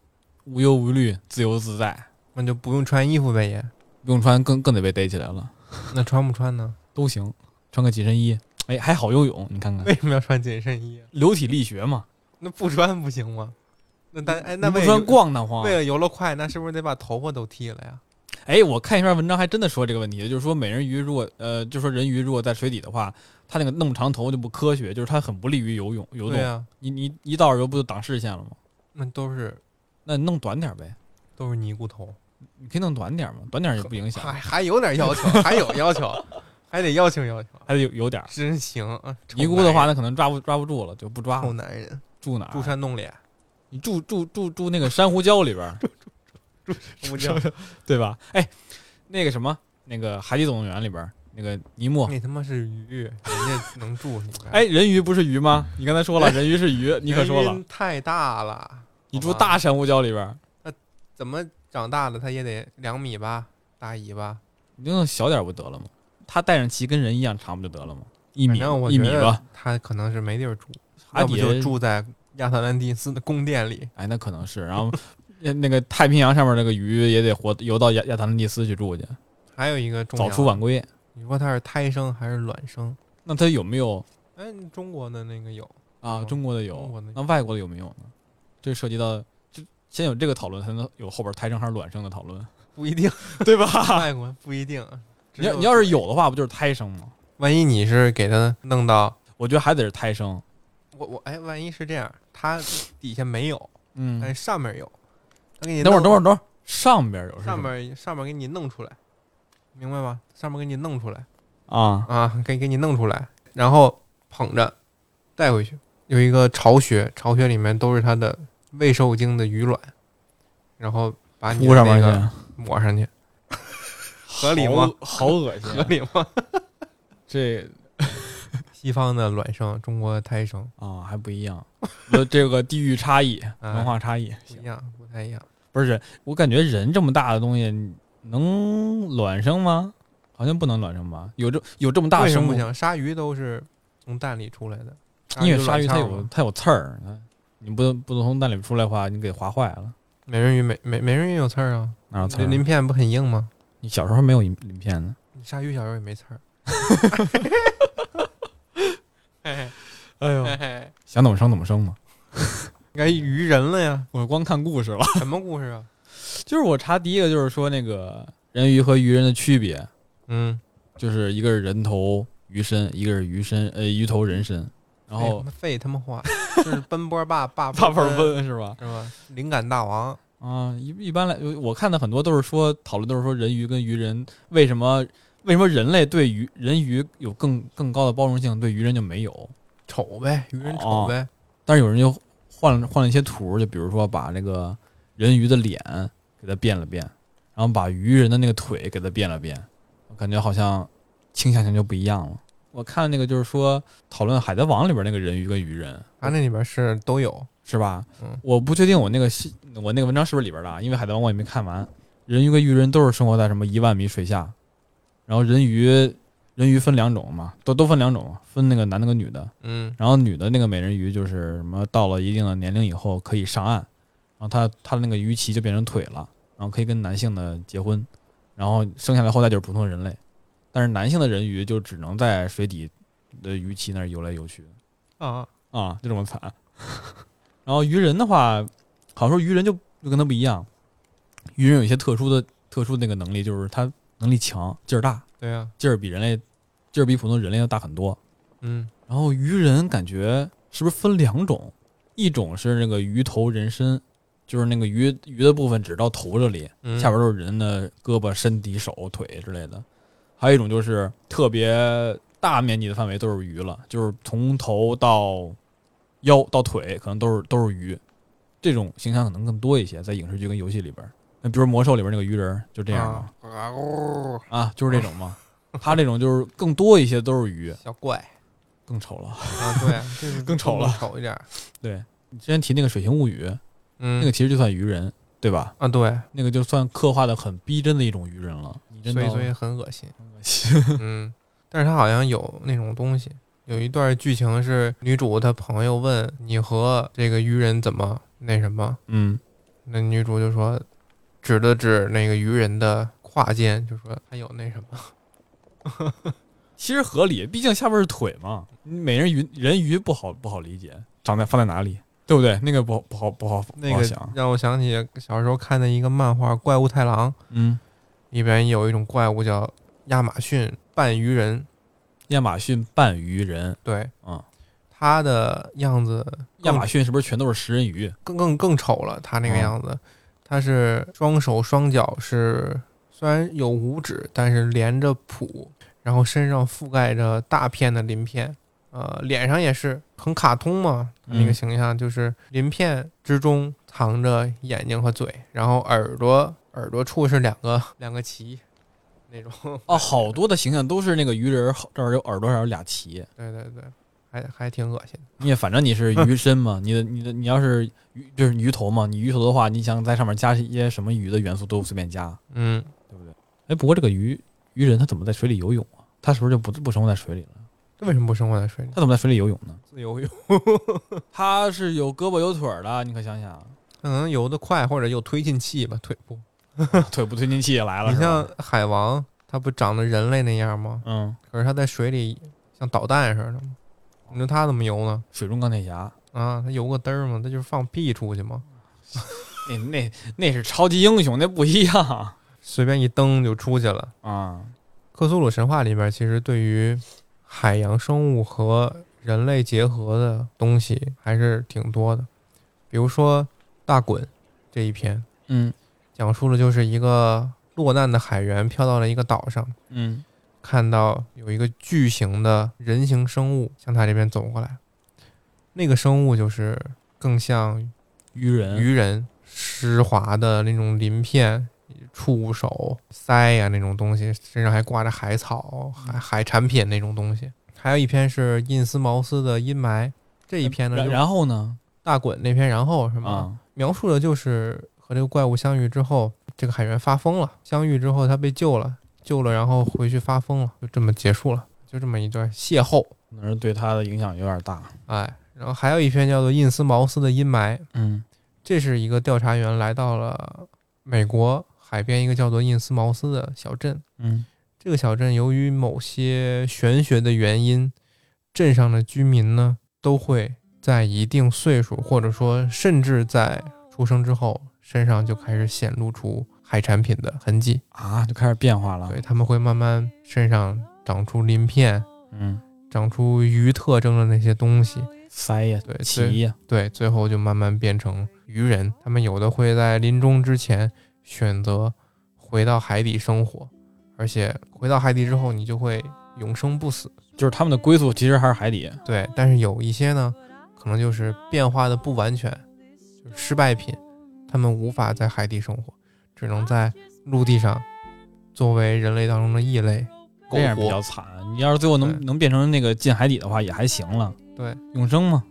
无忧无虑，自由自在，那就不用穿衣服呗也。不用穿更更得被逮起来了，那穿不穿呢？ [laughs] 都行，穿个紧身衣，哎，还好游泳，你看看，为什么要穿紧身衣啊？ [laughs] 流体力学嘛，那不穿不行吗？那大哎，那你不为穿逛荡慌为。了游了快，那是不是得把头发都剃了呀？哎，我看一篇文章还真的说这个问题，就是说美人鱼如果呃，就说人鱼如果在水底的话，它那个弄长头就不科学，就是它很不利于游泳游对啊动。呀、你你一到游不就挡视线了吗？那都是那你弄短点儿呗，都是尼姑头，你可以弄短点儿嘛，短点儿也不影响，还还有点要求，还有要求，还得要求要求，还得有有点儿。真行啊！臭尼姑的男话，那可能抓不抓不住了，就不人，抓臭了。男人，住哪儿？啊住山洞里，你住住住住那个珊瑚礁里边儿，哎我 [laughs] 叫对吧？哎，那个什么，那个《海底总动员》里边儿那个尼莫，那他妈是鱼，人家能住你哎，人鱼不是鱼吗？你刚才哎说了，人鱼是鱼，你可说人了，鱼太大了，你住大珊瑚礁里边儿，怎么长大了它也得两米吧，大尾巴。你就弄小点儿不得了吗？它带上鳍跟人一样长不就得了吗？一反米正我一觉米吧得，它可能是没地儿住，海要不底就住在亚特兰蒂斯的宫殿里。哎，那可能是。然后呃那个太平洋上面那个鱼也得活游到亚亚特兰蒂斯去住去，还有一个重早要，出晚归。你说它是胎生还是卵生？那它有没有哎，中国的那个有，啊？嗯中国的中有国的，那外国的有没有呢？这涉及到就先有这个讨论，才能有后边胎生还是卵生的 [laughs] 讨论，不一 [laughs] 定，对吧？外国不一定。啊只你要有你要是有的话，不就是胎生吗？万一你是给它弄到我觉得还得是胎生。我我哎，万一是这样，它底下没有，嗯但是上面有，它给你等会儿弄等会儿等会儿，上边有是上什么面上面给你弄出来，明白吗？上面给你弄出来啊，啊，给给你弄出来，然后捧着带回去。有一个巢穴，巢穴里面都是它的未受精的鱼卵，然后把你铺的上那面个去，抹上去，合理吗好？好恶心 [laughs] 合啊，理吗？这西方的卵生，中国的胎生啊还不一样， [laughs] 呃这个地域差异、哎文化差异，不一样，不太一样。不是我感觉人这么大的东西你能卵生吗？好像不能卵生吧？有这有这么大为的什么生不物，行？鲨鱼都是从蛋里出来的，因为鲨鱼它它有它有刺儿，你不不从那里出来的话，你给划坏了。美人鱼美美美人鱼有刺儿啊，哪有刺鳞儿？鳞片不很硬吗？你小时候没有鳞鳞片呢？鲨鱼小时候也没刺儿。哎哎呦，哎，想怎么生怎么生嘛。该鱼人了呀？我光看故事了，什么故事啊？ [laughs] 就是我查第一个就是说那个人鱼和鱼人的区别，嗯，就是一个是人头鱼身，一个是鱼身呃鱼头人身，然哎他后妈废他妈 [laughs] 话，就是奔波霸霸大波炮分是吧？是吧？灵感大王，啊，一一般来，我看的很多都是说讨论都是说人鱼跟鱼人为什么为什么人类对鱼人鱼有更更高的包容性，对鱼人就没有。丑呗，鱼人丑呗。但是有人就换了换了一些图，就比如说把那个人鱼的脸给它变了变，然后把鱼人的那个腿给它变了变，我感觉好像倾向性就不一样了。我看那个就是说讨论《海贼王》里边那个人鱼跟鱼人，他那里边是都有，是吧？啊嗯我不确定我那个信我那个文章是不是里边的啊，因为海贼王我也没看完。人鱼跟鱼人都是生活在什么一万米水下，然后人鱼人鱼分两种嘛，都都分两种嘛，分那个男的跟女的。嗯然后女的那个美人鱼就是什么到了一定的年龄以后可以上岸，然后她她的那个鱼鳍就变成腿了，然后可以跟男性的结婚，然后生下来后代就是普通人类，但是男性的人鱼就只能在水底的鱼鳍那儿游来游去。啊，啊，就这么惨。然后鱼人的话，好像说鱼人就就跟他不一样，鱼人有一些特殊的特殊那个能力，就是他能力强，劲儿大，对啊呀，劲儿比人类劲儿比普通人类要大很多。嗯然后鱼人感觉是不是分两种？一种是那个鱼头人身，就是那个鱼鱼的部分只到头这里，嗯，下边都是人的胳膊、身体、手、腿之类的。还有一种就是特别大面积的范围都是鱼了，就是从头到腰到腿可能都是都是鱼，这种形象可能更多一些，在影视剧跟游戏里边儿。那比如魔兽里边那个鱼人儿就这样嘛，啊啊哦，啊就是这种嘛。他这种就是更多一些都是鱼，小怪更丑了。啊，对，就是更丑了更丑一点儿，对你之前提那个《水形物语》，嗯，那个其实就算鱼人，对吧？啊，对，那个就算刻画的很逼真的一种鱼人了。你真所的以所以很恶心，恶心嗯，但是他好像有那种东西，有一段剧情是女主她朋友问你和这个鱼人怎么那什么， [laughs] 嗯，那女主就说指了指那个鱼人的胯间，就说他有那什么，其实合理，毕竟下边是腿嘛。美人鱼人鱼不好不好理解，长在放在哪里，对不对？那个不好不好不好不那好个想。让我想起小时候看的一个漫画《怪物太郎》，嗯，里边有一种怪物叫亚马逊半鱼人，亚马逊半鱼人，对，嗯，它的样子亚更马逊是不是全都是食人鱼？更更更丑了，它那个嗯样子，它是双手双脚是虽然有五指，但是连着蹼，然后身上覆盖着大片的鳞片，呃，脸上也是很卡通嘛，嗯那个形象就是鳞片之中藏着眼睛和嘴，然后耳朵耳朵处是两个两个鳍，那种 [laughs] 哦，好多的形象都是那个鱼人后这儿有耳朵上有俩鳍。对对对，还还挺恶心的。你也反正你是鱼身嘛，你的你的你要是鱼就是鱼头嘛，你鱼头的话，你想在上面加一些什么鱼的元素都随便加，嗯，对不对？哎，不过这个鱼鱼人他怎么在水里游泳啊？他是不是就不不生活在水里了？这为什么不生活在水里？他怎么在水里游泳呢？自由游， [laughs] 他是有胳膊有腿儿的，你可想想， [laughs] 可能游得快，或者有推进器吧，腿部。腿部推进器也来了。你是吧像海王，他不长得人类那样吗？嗯，可是他在水里像导弹似的嘛你说他怎么游呢？水中钢铁侠，啊，他游个嘚儿吗？他就是放屁出去吗？那那那是超级英雄，那不一 [laughs] 样随便一蹬就出去了。啊。克苏鲁神话里边其实对于海洋生物和人类结合的东西还是挺多的，比如说《大滚》这一篇，嗯讲述的就是一个落难的海员飘到了一个岛上，嗯看到有一个巨型的人形生物向他这边走过来，那个生物就是更像鱼人鱼人湿滑的那种鳞片、触手、鳃呀、那种东西，身上还挂着海草、嗯海海产品那种东西。还有一篇是印斯茅斯的《阴霾》，这一篇呢，嗯然就是然后呢？大滚那篇，然后是吗？啊，描述的就是和这个怪物相遇之后，这个海员发疯了，相遇之后他被救了，救了然后回去发疯了，就这么结束了，就这么一段邂�逅，可能是对他的影响有点大。哎，然后还有一篇叫做《印斯茅斯的阴霾》，嗯这是一个调查员来到了美国海边一个叫做印斯茅斯的小镇。嗯这个小镇由于某些玄学的原因，镇上的居民呢都会在一定岁数，或者说甚至在出生之后，身上就开始显露出海产品的痕迹。啊，就开始变化了。对，他们会慢慢身上长出鳞片，嗯，长出鱼特征的那些东西。鳃呀，对鳍呀，对，最后就慢慢变成渔人。他们有的会在临终之前选择回到海底生活，而且回到海底之后，你就会永生不死。就是他们的归宿其实还是海底。对，但是有一些呢，可能就是变化的不完全，就是失败品，他们无法在海底生活，只能在陆地上作为人类当中的异类苟这样比活。较惨。你要是最后能对能变成那个进海底的话，也还行了。对，嗯永生嘛，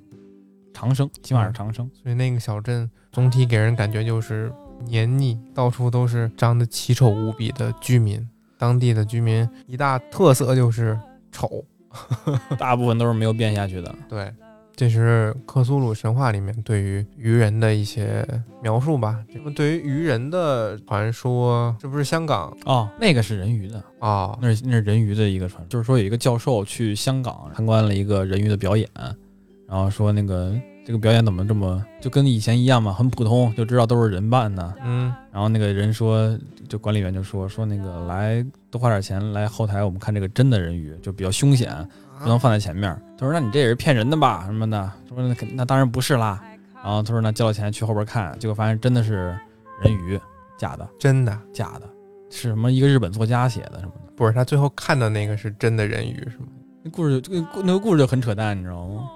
长生，起码是长 [laughs] 生。所以那个小镇总体给人感觉就是黏腻，到处都是长得奇丑无比的居民。当地的居民一大特色就是丑，大部分都是没有变下去 [laughs] 的。对，这是克苏鲁神话里面对于鱼人的一些描述吧。那么对于鱼人的传说，这不是香港哦，那个是人鱼的，啊、那是那是人鱼的一个传说，就是说有一个教授去香港参观了一个人鱼的表演，然后说那个这个表演怎么这么就跟以前一样嘛，很普通，就知道都是人扮的。嗯，然后那个人说，就管理员就说说那个来多花点钱来后台我们看这个真的人鱼，就比较凶险，不能放在前面。他说：“那你这也是骗人的吧？什么的？”他说：“那肯那当然不是啦。”然后他说：“那交了钱去后边看，结果发现真的是人鱼，假的，真的假的，是什么一个日本作家写的什么的。不是他最后看的那个是真的人鱼是吗？那故事就那个那个故事就很扯淡，你知道吗？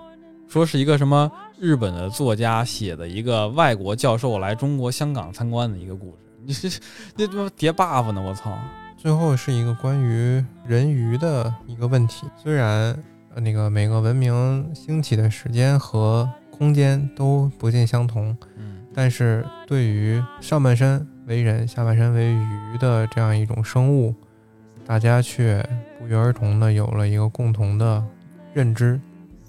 说是一个什么日本的作家写的一个外国教授来中国香港参观的一个故事，你这那他妈叠 buff 呢？我操！最后是一个关于人鱼的一个问题。虽然呃那个每个文明兴起的时间和空间都不尽相同，嗯但是对于上半身为人、下半身为鱼的这样一种生物，大家却不约而同的有了一个共同的认知。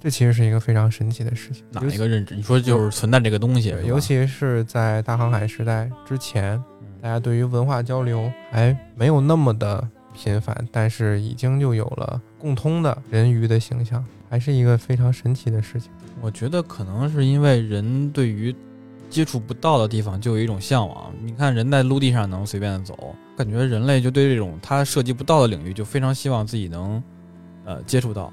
这其实是一个非常神奇的事情。哪尤一其个啊认知？你说就是存在这个东西，对是吧尤其是在大航海时代之前，大嗯家对于文化交流还没有那么的频繁，但是已经就有了共通的人鱼的形象，还是一个非常神奇的事情。我觉得可能是因为人对于接触不到的地方就有一种向往。你看人在陆地上能随便地走，感觉人类就对这种他涉及不到的领域就非常希望自己能呃接触到。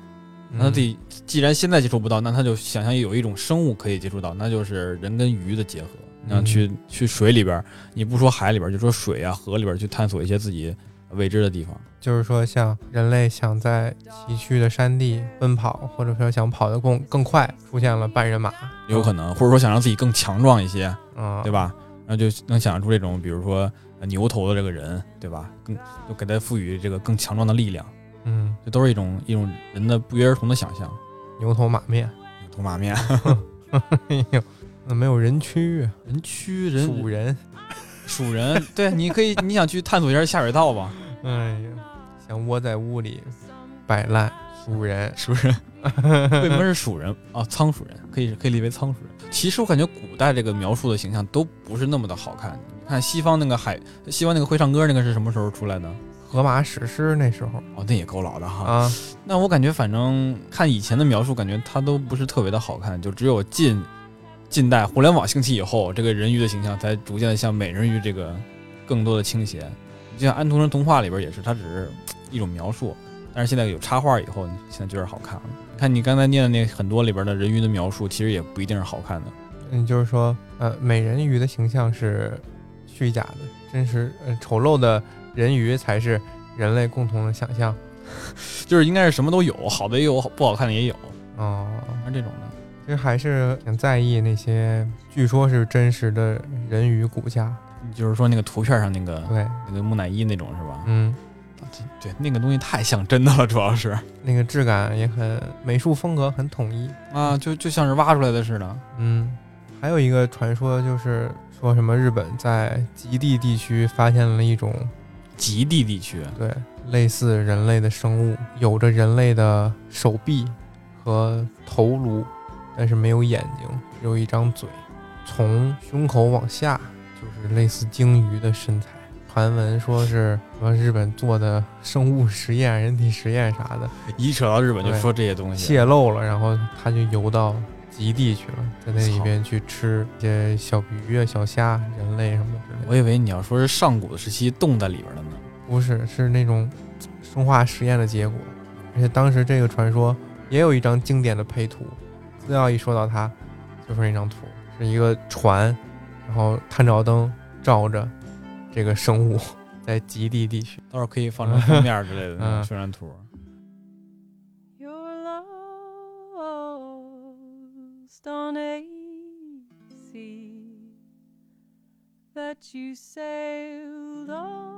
那他自己既然现在接触不到，那他就想象有一种生物可以接触到，那就是人跟鱼的结合。那去去水里边儿，你不说海里边儿，就说水啊河里边儿去探索一些自己未知的地方。就是说，像人类想在崎岖的山地奔跑，或者说想跑得更更快，出现了半人马，有可能，或者说想让自己更强壮一些，嗯，对？吧？然后就能想象出这种，比如说呃牛头的这个人，对吧？更就给他赋予这个更强壮的力量，嗯，这都是一种一种人的不约而同的想象。牛头马面， [laughs] 牛头马面，哎呦，那没有人区，人蛆属人人，属人，对，你可以你想去探索一下下水道吧？哎呀，想窝在屋里摆烂，属人， [laughs] 属人，为什么是属人啊？仓鼠人可以可以理为仓鼠人。其实我感觉古代这个描述的形象都不是那么的好看。你看西方那个海，西方那个会唱歌那个是什么时候出来的？荷马史诗那时候哦，那也够老的哈。啊，那我感觉，反正看以前的描述，感觉它都不是特别的好看，就只有近近代互联网兴起以后，这个人鱼的形象才逐渐的向美人鱼这个更多的倾斜。你就像安徒生童话里边也是，它只是一种描述，但是现在有插画以后，你现在觉得好看了。看你刚才念的那很多里边的人鱼的描述，其实也不一定是好看的。嗯，就是说，呃，美人鱼的形象是虚假的，真实，呃，丑陋的人鱼才是人类共同的想象，就是应该是什么都有，好的也有，不好看的也有，哦、像这种的。其实还是挺在意那些据说是真实的人鱼骨架。就是说那个图片上那个 [laughs] 对，那个木乃伊那种是吧？嗯，对，那个东西太像真的了，主要是。那个质感也很，美术风格很统一。啊，就就像是挖出来的似的。嗯，还有一个传说就是说什么日本在极地地区发现了一种极地地区对类似人类的生物，有着人类的手臂和头颅，但是没有眼睛，只有一张嘴，从胸口往下就是类似鲸鱼的身材。传闻说是什么日本做的生物实验、人体实验啥的一扯到日本就对说这些东西，泄露了，然后他就游到极地去了，在那里边去吃一些小鱼啊、小虾、人类什么之类的。我以为你要说是上古时期冻在里边的呢。不是，是那种生化实验的结果。而且当时这个传说也有一张经典的配图，资料一说到它，就是那张图，是一个船，然后探照灯照着这个生物 [laughs] 在极地地区。到时候可以放成封面之类的那种嗯宣传图。 You're lost on a sea that you sailed on.